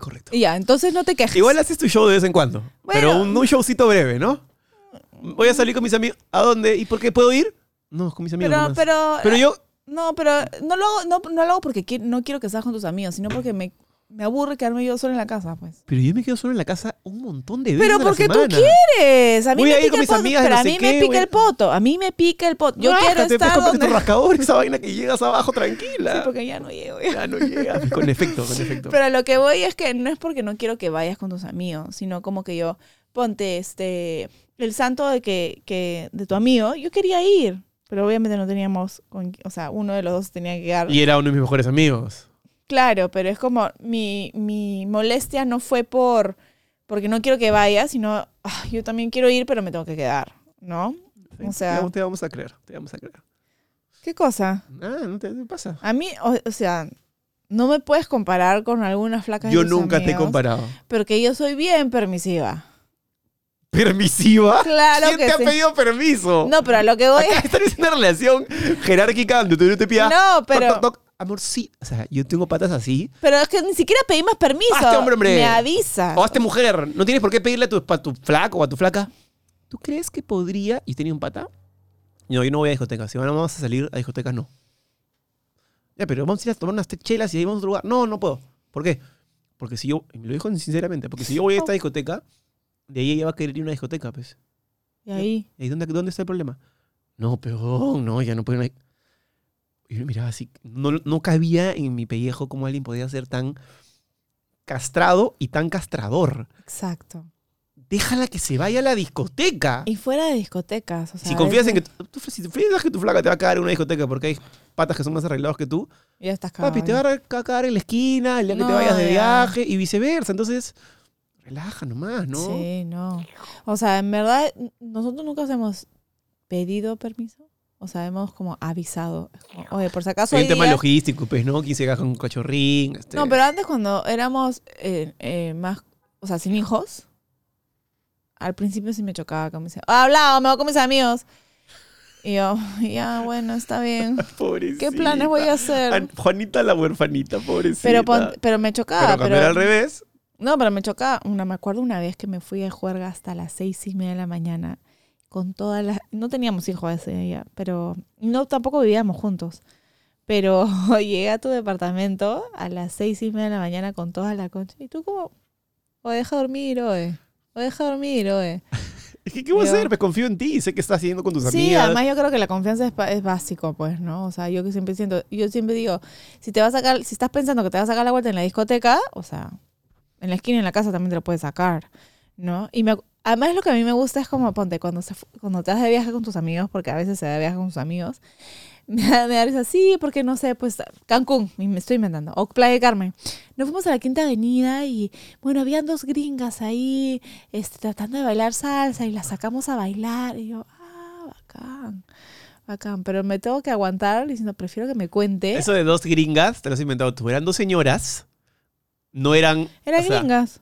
correcto.
Y ya, entonces no te quejes.
Igual haces tu show de vez en cuando, pero
Bueno.
un, un showcito breve, ¿no? Voy a salir con mis amigos. ¿A dónde? ¿Y por qué puedo ir? No, con mis amigos.
pero,
nomás.
pero,
pero yo
no, pero no lo hago, no, no lo hago porque qui- no quiero que seas con tus amigos, sino porque me, me aburre quedarme yo sola en la casa, pues.
Pero yo me quedo solo en la casa un montón de veces.
Pero
a la
porque tú
semana.
quieres. A mí
Voy
me
a ir
pica el
con mis
poto,
amigas y
pero
no
a
sé
mí
qué,
me
voy-
pica el poto. A mí me pica el poto. Yo quiero
Rájate, pues,
estar
cómprate
donde...
tu rascador, esa vaina que llegas abajo tranquila.
Sí, porque ya no llego. ya.
Ya no llegas. Con efecto, con efecto.
Pero lo que voy es que no es porque no quiero que vayas con tus amigos, sino como que yo, ponte, este, el santo de que, que de tu amigo, yo quería ir, pero obviamente no teníamos, con- o sea, uno de los dos tenía que quedar.
Y era uno de mis mejores amigos.
Claro, pero es como, mi, mi molestia no fue por, porque no quiero que vayas, sino, "Ah, yo también quiero ir, pero me tengo que quedar, ¿no? O sea-
No te vamos a creer, te vamos a creer.
¿Qué cosa?
Ah, no te, te pasa.
A mí, o, o sea, no me puedes comparar con algunas flacas de
Yo
tus
nunca te he
amigos,
comparado.
Porque yo soy bien permisiva.
¿Permisiva?
Claro
¿Quién
que
te ha
sí.
pedido permiso?
No, pero a lo que voy
Acá
es...
están en una relación jerárquica donde tú no te pidas.
No, pero-
toc, toc, toc. Amor, sí. O sea, yo tengo patas así.
Pero es que ni siquiera pedimos permiso.
Hazte Ah, este hombre, hombre. Oh,
Me avisa.
O hazte mujer. No tienes por qué pedirle a tu, a tu flaco o a tu flaca. ¿Tú crees que podría? ¿Y tenía un pata? No, yo no voy a discotecas. Si van- vamos a salir a discotecas, no. Ya, pero vamos a ir a tomar unas te- chelas y ahí vamos a otro lugar. No, no puedo. ¿Por qué? Porque si yo, y me lo dijo sinceramente, porque si yo voy a esta discoteca, de ahí ella va a querer ir a una discoteca, pues.
Y ahí.
¿Y dónde, dónde está el problema? No, peón, no, ya no pueden. ahí. Y yo miraba así, no, no cabía en mi pellejo cómo alguien podía ser tan castrado y tan castrador.
Exacto.
Déjala que se vaya a la discoteca.
Y fuera de discotecas. O sea,
si confías en que,
es-
tú, tú- si piensas que tu flaca te va a cagar en una discoteca porque hay patas que son más arreglados que tú,
Ya estás cagado.
papi, te va a ca- cagar en la esquina, el día que te
No,
vayas de
ya.
viaje y viceversa. Entonces, relaja nomás, ¿no?
Sí, no. O sea, en verdad, nosotros nunca os hemos pedido permiso. O sea, hemos como avisado. Es como, Oye, por si acaso.
Hay
hoy
un tema
día-
logístico, pues, ¿no? Quien se caja con un cachorrín. este,
No, pero antes cuando éramos eh, eh, más, o sea, sin hijos, al principio sí me chocaba que me decía, "Ah, hablado, me voy con mis amigos. Y yo, ya, bueno, está bien. ¿Qué
Pobrecita.
planes voy a hacer?
An- Juanita la huerfanita, pobrecita.
Pero, pon- pero me chocaba.
Pero
Ah, Pero
cambiar al revés.
No, pero me chocaba. Una, me acuerdo una vez que me fui a juerga hasta las seis y media de la mañana con todas las... No teníamos hijos ese día, pero no tampoco vivíamos juntos. Pero llegué a tu departamento a las seis y media de la mañana con toda la concha. Y tú como, o deja dormir, oe. O deja dormir, oe.
Es que, ¿Qué voy a
Yo-
hacer? Pues confío en ti. Sé que estás haciendo con tus
Sí,
amigas.
además yo creo que la confianza es, pa- es básico, pues, ¿no? O sea, yo que siempre siento, yo siempre digo, si te vas a sacar, si estás pensando que te vas a sacar la vuelta en la discoteca, o sea, en la esquina en la casa también te lo puedes sacar, ¿no? Y me, ac- además lo que a mí me gusta es como, ponte, cuando, se fu- cuando te vas de viaje con tus amigos, porque a veces se va de viaje con tus amigos, me da, me da risa, sí, porque no sé, pues Cancún, y me estoy inventando, o Playa de Carmen. Nos fuimos a la Quinta Avenida y, bueno, habían dos gringas ahí este, tratando de bailar salsa y las sacamos a bailar. Y yo, ah, bacán, bacán. Pero me tengo que aguantar diciendo, prefiero que me cuente.
Eso de dos gringas, te lo has inventado tú. Eran dos señoras. No eran.
Eran
o sea,
gringas.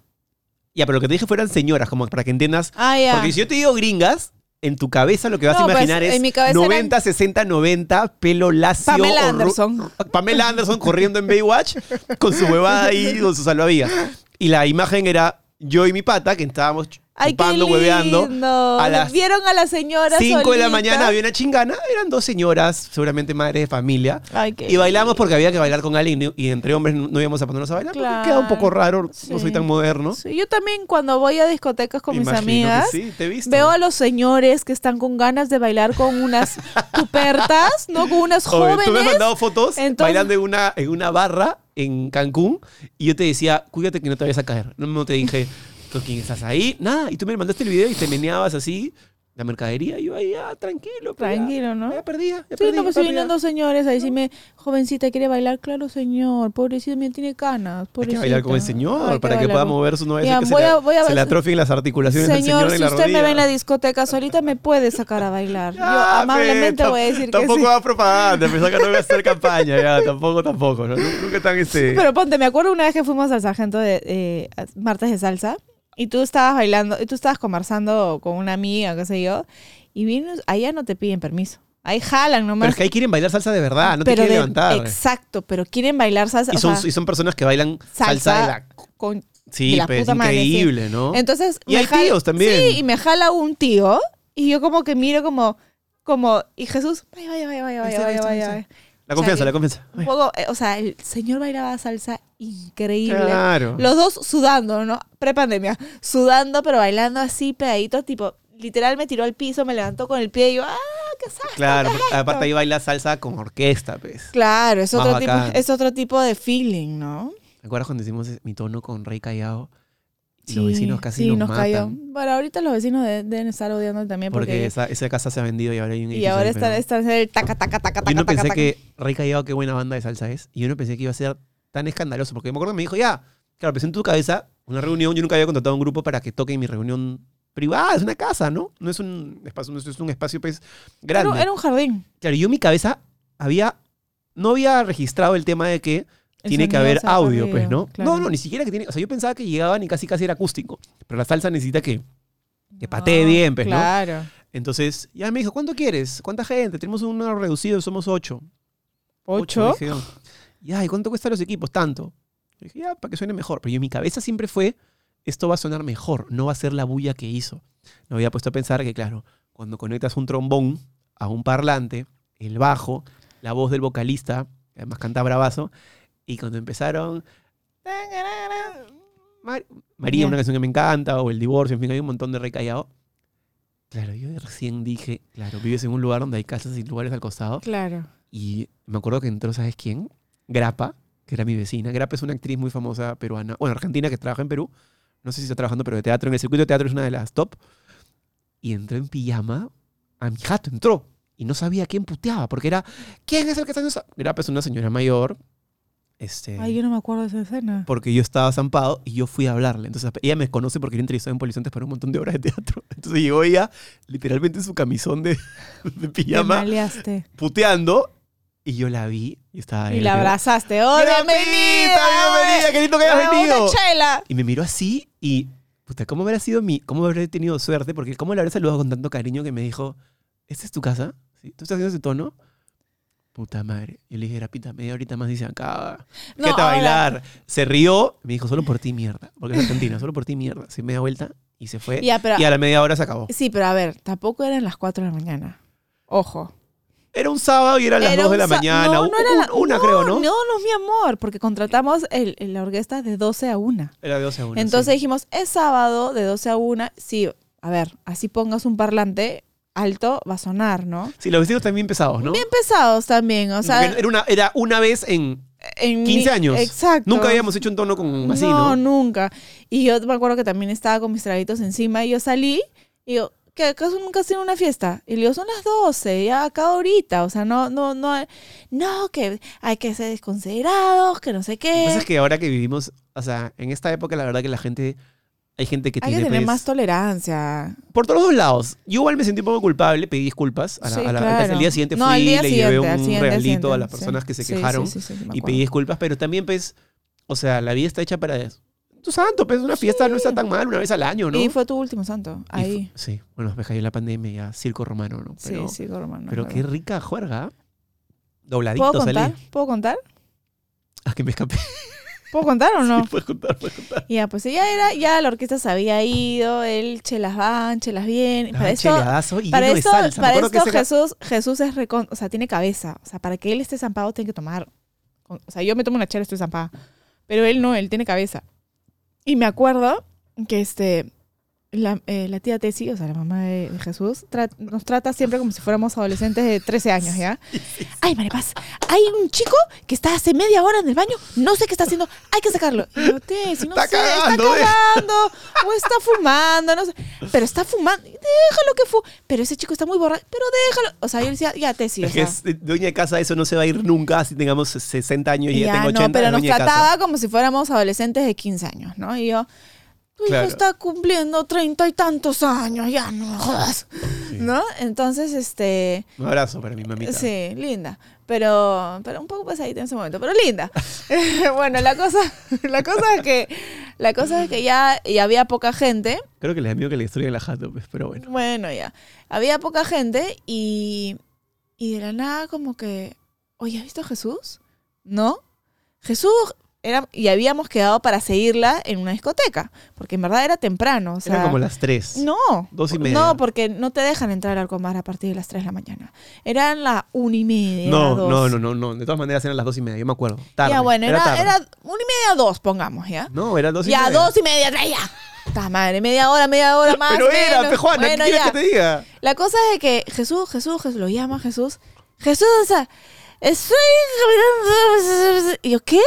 Ya, pero lo que te dije fueran señoras, como para que entiendas.
Ah, ya.
Porque si yo te digo gringas, en tu cabeza lo que vas
No,
a
pues,
imaginar es
en mi cabeza
90, 60, 90, pelo lacio.
Pamela
o ru-
Anderson.
Pamela Anderson corriendo en Baywatch con su huevada ahí, con su salvavidas. Y la imagen era yo y mi pata, que estábamos
Ay, qué
chupando,
lindo.
hueveando. A las
Vieron a la señora
5 de la
solita?
mañana había una chingana, eran dos señoras, seguramente madres de familia.
Ay, qué
Y bailamos porque había que bailar con alguien y- y entre hombres no no íbamos a ponernos a bailar. porque
Claro.
Queda un poco raro, no
Sí.
soy tan moderno.
Sí, yo también cuando voy a discotecas con mis
Imagino que
amigas,
sí, te he visto.
veo a los señores que están con ganas de bailar con unas tupertas, ¿no? Con unas
Oye,
jóvenes.
Tú me has mandado fotos
Entonces-
bailando en una, en una barra en Cancún y yo te decía, cuídate que no te vayas a caer. No, no te dije, ¿con quién estás ahí? Nada. Y tú me mandaste el video y te meneabas así, la mercadería. Y yo ahí, ah, tranquilo. pues, ya.
Tranquilo, ¿no?
Ya perdía, ya
Sí,
perdía,
no, pues si
papi,
vienen
ya.
dos señores a decirme, jovencita, ¿quiere bailar? Claro, señor. Pobrecito, mira, tiene canas.
Hay que bailar con el
pobrecita.
señor
Hay que
para que
bailar
pueda
con-
mover su novia.
Ya,
que
voy
se, le-
a- voy a-
se le atrofien las articulaciones
Señor,
del señor en
si
la
usted me ve en la
rodilla.
discoteca solita, me puede sacar a bailar. Yo
Ah,
amablemente
pero
voy a decir que
tampoco
sí.
va propaganda, pensaba que no iba a hacer campaña, ya, tampoco, tampoco. ¿no? Nunca tan este.
Pero ponte, me acuerdo una vez que fuimos al sargento de eh, a- martes de salsa y tú estabas bailando, y tú estabas conversando con una amiga, qué sé yo, y vino, allá no te piden permiso. Ahí jalan
Pero
nomás.
es que ahí quieren bailar salsa de verdad, no te
Pero
quieren
de-
levantar.
Exacto, pero quieren bailar salsa.
Y
o
son,
sea,
y son personas que bailan salsa,
salsa,
de la.
con
Sí,
de la
pues,
puta madre, sí.
increíble, ¿no?
Entonces,
Y
me
hay
jala-
tíos también.
Sí, y me jala un tío y yo como que miro como como y Jesús, vaya, vaya, vaya, vaya,
Ahí está,
vaya,
ahí está,
vaya,
ahí
vaya.
la confianza,
Charlie.
la confianza.
Un poco, eh, o sea, el señor bailaba salsa increíble.
Claro.
Los dos sudando, ¿no? Prepandemia. Sudando, pero bailando así pegaditos, tipo, literal me tiró al piso, me levantó con el pie y yo, ¡ah, qué salsa!
Claro, porque aparte ahí baila salsa con orquesta, pues.
Claro, es
Más
otro, tipo,
bacán.
es otro tipo de feeling, ¿no?
¿Te acuerdas cuando hicimos mi tono con Rey Callao? Y los vecinos casi
sí,
nos,
nos
matan.
cayó. Pero ahorita los vecinos de- deben estar odiando también
Porque,
porque...
esa, esa casa se ha vendido y ahora hay un
y
edificio
ahora
ahí,
están,
pero-
están el taca, taca, taca, taca,
Yo no
taca,
pensé
taca.
que Rey Callao, qué buena banda de salsa es. Y yo no pensé que iba a ser tan escandaloso. Porque me acuerdo que me dijo, ya, claro, pensé en tu cabeza, una reunión. Yo nunca había contratado a un grupo para que toque en mi reunión privada. Es una casa, ¿no? No es un espacio, no es- es un espacio pues, grande.
Era, era un jardín.
Claro, yo en mi cabeza había. No había registrado el tema de que
El
tiene que
sonido
haber
se ha
audio, pues,
perdido,
¿no?
claro.
No, no, ni siquiera que tiene. O sea, yo pensaba que llegaban y casi casi era acústico. Pero la salsa necesita que que patee bien, pues, ¿no?
Claro.
Entonces, ya me dijo, ¿cuánto quieres? ¿Cuánta gente? Tenemos un número reducido, somos ocho.
¿Ocho?
Ocho, dije yo. Ya, ¿y cuánto cuestan los equipos? Tanto. Yo dije, ya, para que suene mejor. Pero yo, en mi cabeza siempre fue, esto va a sonar mejor, no va a ser la bulla que hizo. Me había puesto a pensar que, claro, cuando conectas un trombón a un parlante, el bajo, la voz del vocalista, que además canta bravazo, y cuando empezaron... Mar- María,
Ya.
una canción que me encanta, o El Divorcio, en fin, hay un montón de recallado. Claro, yo recién dije, claro, vives en un lugar donde hay casas y lugares al costado.
Claro.
Y me acuerdo que entró, ¿sabes quién? Grapa, que era mi vecina. Grapa es una actriz muy famosa peruana, bueno, argentina que trabaja en Perú. No sé si está trabajando, pero de teatro, en el circuito de teatro es una de las top. Y entró en pijama. A mi jato entró. Y no sabía a quién puteaba, porque era, ¿quién es el que está en esa? Grapa es una señora mayor. Este,
Ay, yo no me acuerdo de esa escena.
porque yo estaba zampado y yo fui a hablarle. Entonces ella me conoce porque era entrevistada en Polizontes para un montón de obras de teatro. Entonces llegó ella, literalmente en su camisón de,
Te
de pijama
maleaste.
puteando. Y yo la vi y estaba ahí.
Y la
le digo,
abrazaste. ¡Oh,
"Grapita,
bienvenida!
bienvenida! ¡Qué lindo que hayas
¡Bravo,
venido!
una chela!
Y me miró así y, puta, ¿cómo habrá sido mi, cómo habré tenido suerte? Porque cómo le habré saludado con tanto cariño que me dijo, ¿esta es tu casa? ¿Sí? ¿Tú estás haciendo ese tono? Puta madre. Yo le dije, rapita, media horita más y se acaba.
No,
Vete a
ahora-
bailar. Se rió. Me dijo, solo por ti, mierda. Porque es argentina, solo por ti, mierda. Se media vuelta y se fue.
Ya, pero-
y a la media hora se acabó.
Sí, pero a ver, tampoco eran las 4 de la mañana. Ojo.
Era un sábado y eran las
Era
2 de
un
la
sa-
mañana.
No,
un-
no era la-
un- una,
no,
creo, ¿no?
No, no, mi amor, porque contratamos el, el- la orquesta de 12 a 1.
Era de 12 a 1.
Entonces dijimos, es sábado de 12 a 1. Sí, a ver, así pongas un parlante alto, va a sonar, ¿no?
Sí, los vestidos también pesados, ¿no?
Bien pesados también, o sea.
Porque era, una, era una vez en
en mi-
15 años.
Exacto.
Nunca habíamos hecho un tono con así, ¿no?
nunca. Y yo me acuerdo que también estaba con mis traguitos encima y yo salí y yo, ¿qué acaso nunca has tenido una fiesta? Y le digo, son las 12, ya acá ahorita, o sea, no, no, no, no, que hay que ser desconsiderados, que no sé
Lo que
qué.
pasa es que ahora que vivimos, o sea, en esta época, la verdad que la gente. Hay gente que
hay que
tiene.
tener
pues,
más tolerancia.
por todos los lados. Yo igual me sentí un poco culpable, pedí disculpas. A la-
Sí,
a la-
claro.
Al día siguiente
No,
fui
al
y
día
le llevé
siguiente, al
un
siguiente, al
regalito a
siguiente,
las
sí.
personas que se
Sí, sí,
quejaron
sí, sí, sí, me
y
acuerdo.
pedí disculpas, pero también, pues. O sea, la vida está hecha para eso. Tu santo, pues una fiesta no está tan mal una vez al año, ¿no?
Y fue tu último santo,
Y fu-
ahí.
Sí, bueno, me cayó la pandemia, ya, circo romano, ¿no? Pero,
sí, sí, Gorman.
pero qué rica juerga. ¿ah? Dobladito
¿Puedo contar?
salí.
¿Puedo contar?
Ah, que me escapé.
¿Puedo contar o no?
Puedes contar, puedes contar.
Ya, pues ella era, ya la orquesta se había ido, él chelas van, chelas bien.
Daban
para esto,
cheladazo Ah, y
para
lleno de
esto,
salsa. Me
para
acuerdo que
esto
ese ga-
Jesús, Jesús es recon, o sea, tiene cabeza. O sea, para que él esté zampado tiene que tomar. O sea, yo me tomo una chela, estoy zampada. Pero él no, él tiene cabeza. Y me acuerdo que este la, eh, la tía Tessy, o sea, la mamá de, de Jesús, tra- nos trata siempre como si fuéramos adolescentes de 13 años, ¿ya? Ay, Maripaz, hay un chico que está hace media hora en el baño, no sé qué está haciendo, hay que sacarlo. Y yo, Tessy, no
Está
sé,
cagando, ¿eh?
está cagando, o está fumando, no sé. Pero está fumando, déjalo que fue. Pero ese chico está muy borracho, pero déjalo. O sea, yo le decía, ya, Tessy, o
Es que
sea.
es de- dueña de casa, eso no se va a ir nunca si tengamos 60 años y ya,
Ya,
tengo 80.
no, pero
es
nos
dueña de
trataba
casa.
como si fuéramos adolescentes de 15 años, ¿no? Y yo, tu
Claro.
hijo está cumpliendo treinta y tantos años, ya no me jodas, ¿no? Entonces, este,
Un abrazo para mi mamita.
sí, linda, pero, pero un poco pesadita en ese momento, pero linda. bueno, la cosa, la cosa es que, la cosa es que ya, y había poca gente,
Creo que les da miedo que le destruyan la jato, pues, pero bueno.
bueno, ya. Había poca gente y, y de la nada como que, oye, ¿has visto a Jesús? ¿No? Jesús era, y habíamos quedado para seguirla en una discoteca, porque en verdad era temprano. O sea,
Eran como las 3.
No.
Dos y media.
No, porque no te dejan entrar al comar a partir de las 3 de la mañana. Eran las 1 y media.
no,
dos.
no, no, no, no. De todas maneras eran las 2 y media, yo me acuerdo. Tarde.
Ya, bueno, era,
tarde.
era 1 y media, 2, pongamos, ¿ya?
No, era 2 y
ya,
media.
2 y media, tres, ya. Ta madre, media hora, media hora más.
Pero era,
menos.
pe, Juana, ¿qué
Bueno,
quieres
ya.
que te diga?
La cosa es de que Jesús, Jesús, Jesús, lo llama Jesús. Jesús, o sea, estoy caminando. Y yo, ¿qué?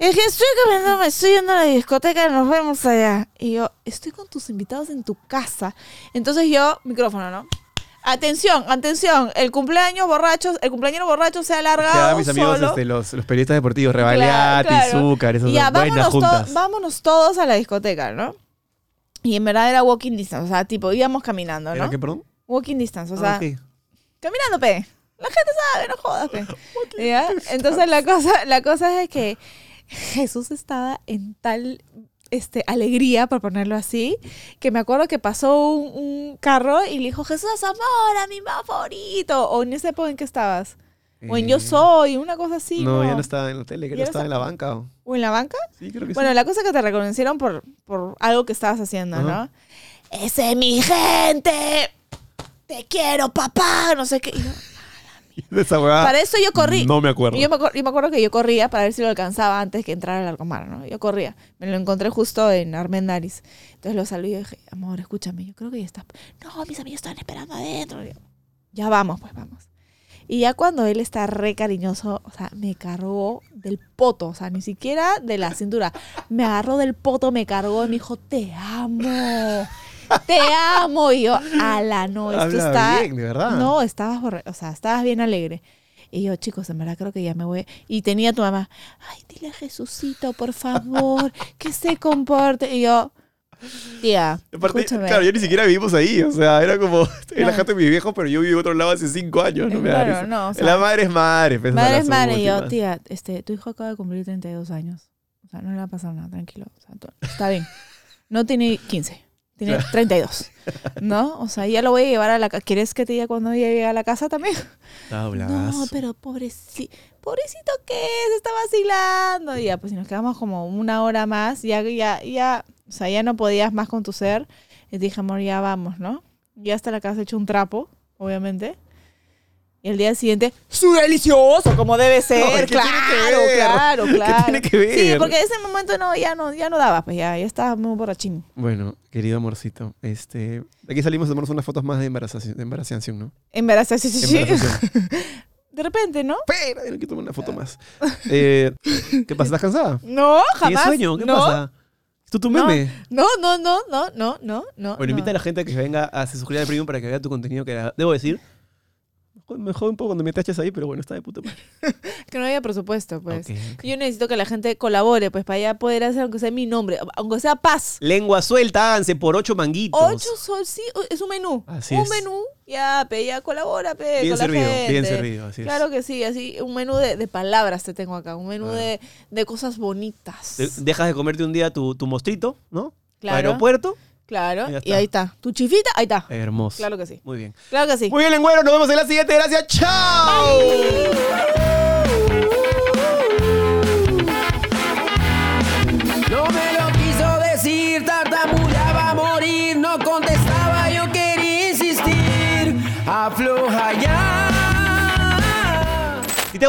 Es que estoy caminando, me estoy yendo a la discoteca, nos vemos allá. Y yo, estoy con tus invitados en tu casa. Entonces yo, micrófono, ¿no? Atención, atención, el cumpleaños borracho, el cumpleañero borracho se ha alargado.
Quedaba mis amigos
solo.
este, los, los periodistas deportivos, Rebaleati,
Claro, claro.
Zúcar, esas
Y ya,
buenas
vámonos, to-
juntas.
vámonos todos a la discoteca, ¿no? Y en verdad era walking distance, o sea, tipo, íbamos caminando,
¿Era
¿no?
qué, perdón?
Walking distance, o
Ah,
sea,
ok.
caminando, pe. La gente sabe, no jodas, pe. ¿Ya? Entonces la cosa, la cosa es que Jesús estaba en tal este, alegría, por ponerlo así, que me acuerdo que pasó un, un carro y le dijo, Jesús Zamora, mi más favorito. O en esa época en que estabas. O en Yo
Eh,
Soy, una cosa así.
No, ya no estaba en la tele, creo
Ya
que
pues, no
estaba en la banca.
oh.
o-
¿O en la banca?
Sí, creo que
Bueno,
sí.
la cosa es que te reconocieron por, por algo que estabas haciendo,
Ajá.
¿no? ¡Ese es mi gente! ¡Te quiero, papá! No sé qué. Y yo,
De esa huevada,
para eso yo corrí.
No me acuerdo.
Y yo, me acuer- yo me acuerdo que yo corría para ver si lo alcanzaba antes que entrara al Arcomar, ¿no? Yo corría. Me lo encontré justo en Armendaris. Entonces lo saludé y dije, amor, escúchame, yo creo que ya está. No, mis amigos están esperando adentro. Y yo, ya vamos, pues vamos. Y ya cuando él está re cariñoso, o sea, me cargó del poto, o sea, ni siquiera de la cintura. Me agarró del poto, me cargó y me dijo, te amo, te amo. Y yo, ala, no, esto
Habla
está...
bien, de verdad.
No, estabas, borra- o sea, estabas bien alegre. Y yo, chicos, en verdad creo que ya me voy. Y tenía tu mamá, ay, dile a Jesucito, por favor, que se comporte. Y yo, tía,
Aparte,
escúchame.
claro, ya ni siquiera vivimos ahí, o sea, era como en la
Claro.
casa de mi viejo, pero yo viví en otro lado hace cinco años, no me da
Claro,
risa.
no, o sea,
la madre es madre, pues,
Madre
a
es
las
madre, y yo,
últimas.
tía, este, tu hijo acaba de cumplir 32 años. O sea, no le va a pasar nada, tranquilo. O sea, to- está bien. No tiene 15, tiene 32. ¿No? O sea, ya lo voy a llevar a la casa. ¿Quieres que te diga cuando llegue a la casa también?
Está
No,
bravazo.
pero pobrecito, pobrecito que se está vacilando. Y ya, pues si nos quedamos como una hora más, ya, ya, ya, o sea, ya no podías más con tu ser. Y dije, amor, ya vamos, ¿no? Ya hasta la casa hecho un trapo, obviamente. Y el día siguiente, su delicioso, como debe ser.
¿qué tiene que
claro,
ver?
claro, claro.
tiene que ver?
Sí, porque en ese momento no, ya no, ya no daba, pues ya, ya estaba muy borrachín.
Bueno, querido amorcito, este, de aquí salimos a tomarnos unas fotos más de embarazación, de embarazación ¿no?
Embarazada, sí, sí, sí.
Embarazación.
De repente, ¿no?
Pero hay que tomar una foto más. Eh, ¿Qué pasa? ¿Estás cansada?
No,
¿Tienes
jamás.
sueño? ¿Qué
no,
pasa? ¿Tú tu
No.
meme?
No, no, no, no, no, no, no.
Bueno,
no.
invita a la gente a que venga a se suscribir al premium para que vea tu contenido que era- debo decir. me jode- Me jode un poco cuando me tachas ahí, pero bueno, está de puta madre.
Que no haya presupuesto, pues.
Ok, ok.
Yo necesito que la gente colabore, pues, para ya poder hacer, aunque sea mi nombre, aunque sea paz.
Lengua suelta, háganse por ocho manguitos.
Ocho sol, sí, o- es un menú.
Así
un
es.
menú, ya, pe, ya colabora, pe,
Bien
con la
servido,
gente.
bien servido, así es.
Claro que sí, así, un menú de, de palabras te tengo acá, un menú
Ah.
de, de cosas bonitas.
Te- Dejas de comerte un día tu, tu mostrito, ¿no?
Claro.
Aeropuerto.
claro,
Ya
y
está. Eh.
ahí está. Tu chifita, ahí está.
Hermoso.
Claro que sí.
Muy bien.
Claro que sí.
Muy bien, lengüero. Nos vemos en la siguiente. Gracias. ¡Chao!
No me lo quiso decir, tartamudeaba a morir, no contestaba, yo quería insistir. Afloja ya.
Si te ha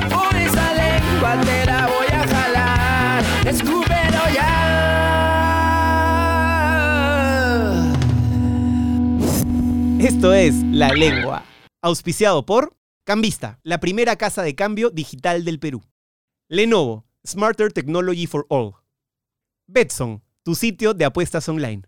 Con esa lengua te la voy a jalar, escúpelo ya.
Esto es La Lengua, auspiciado por Cambista, la primera casa de cambio digital del Perú. Lenovo, Smarter Technology for All. Betson, tu sitio de apuestas online.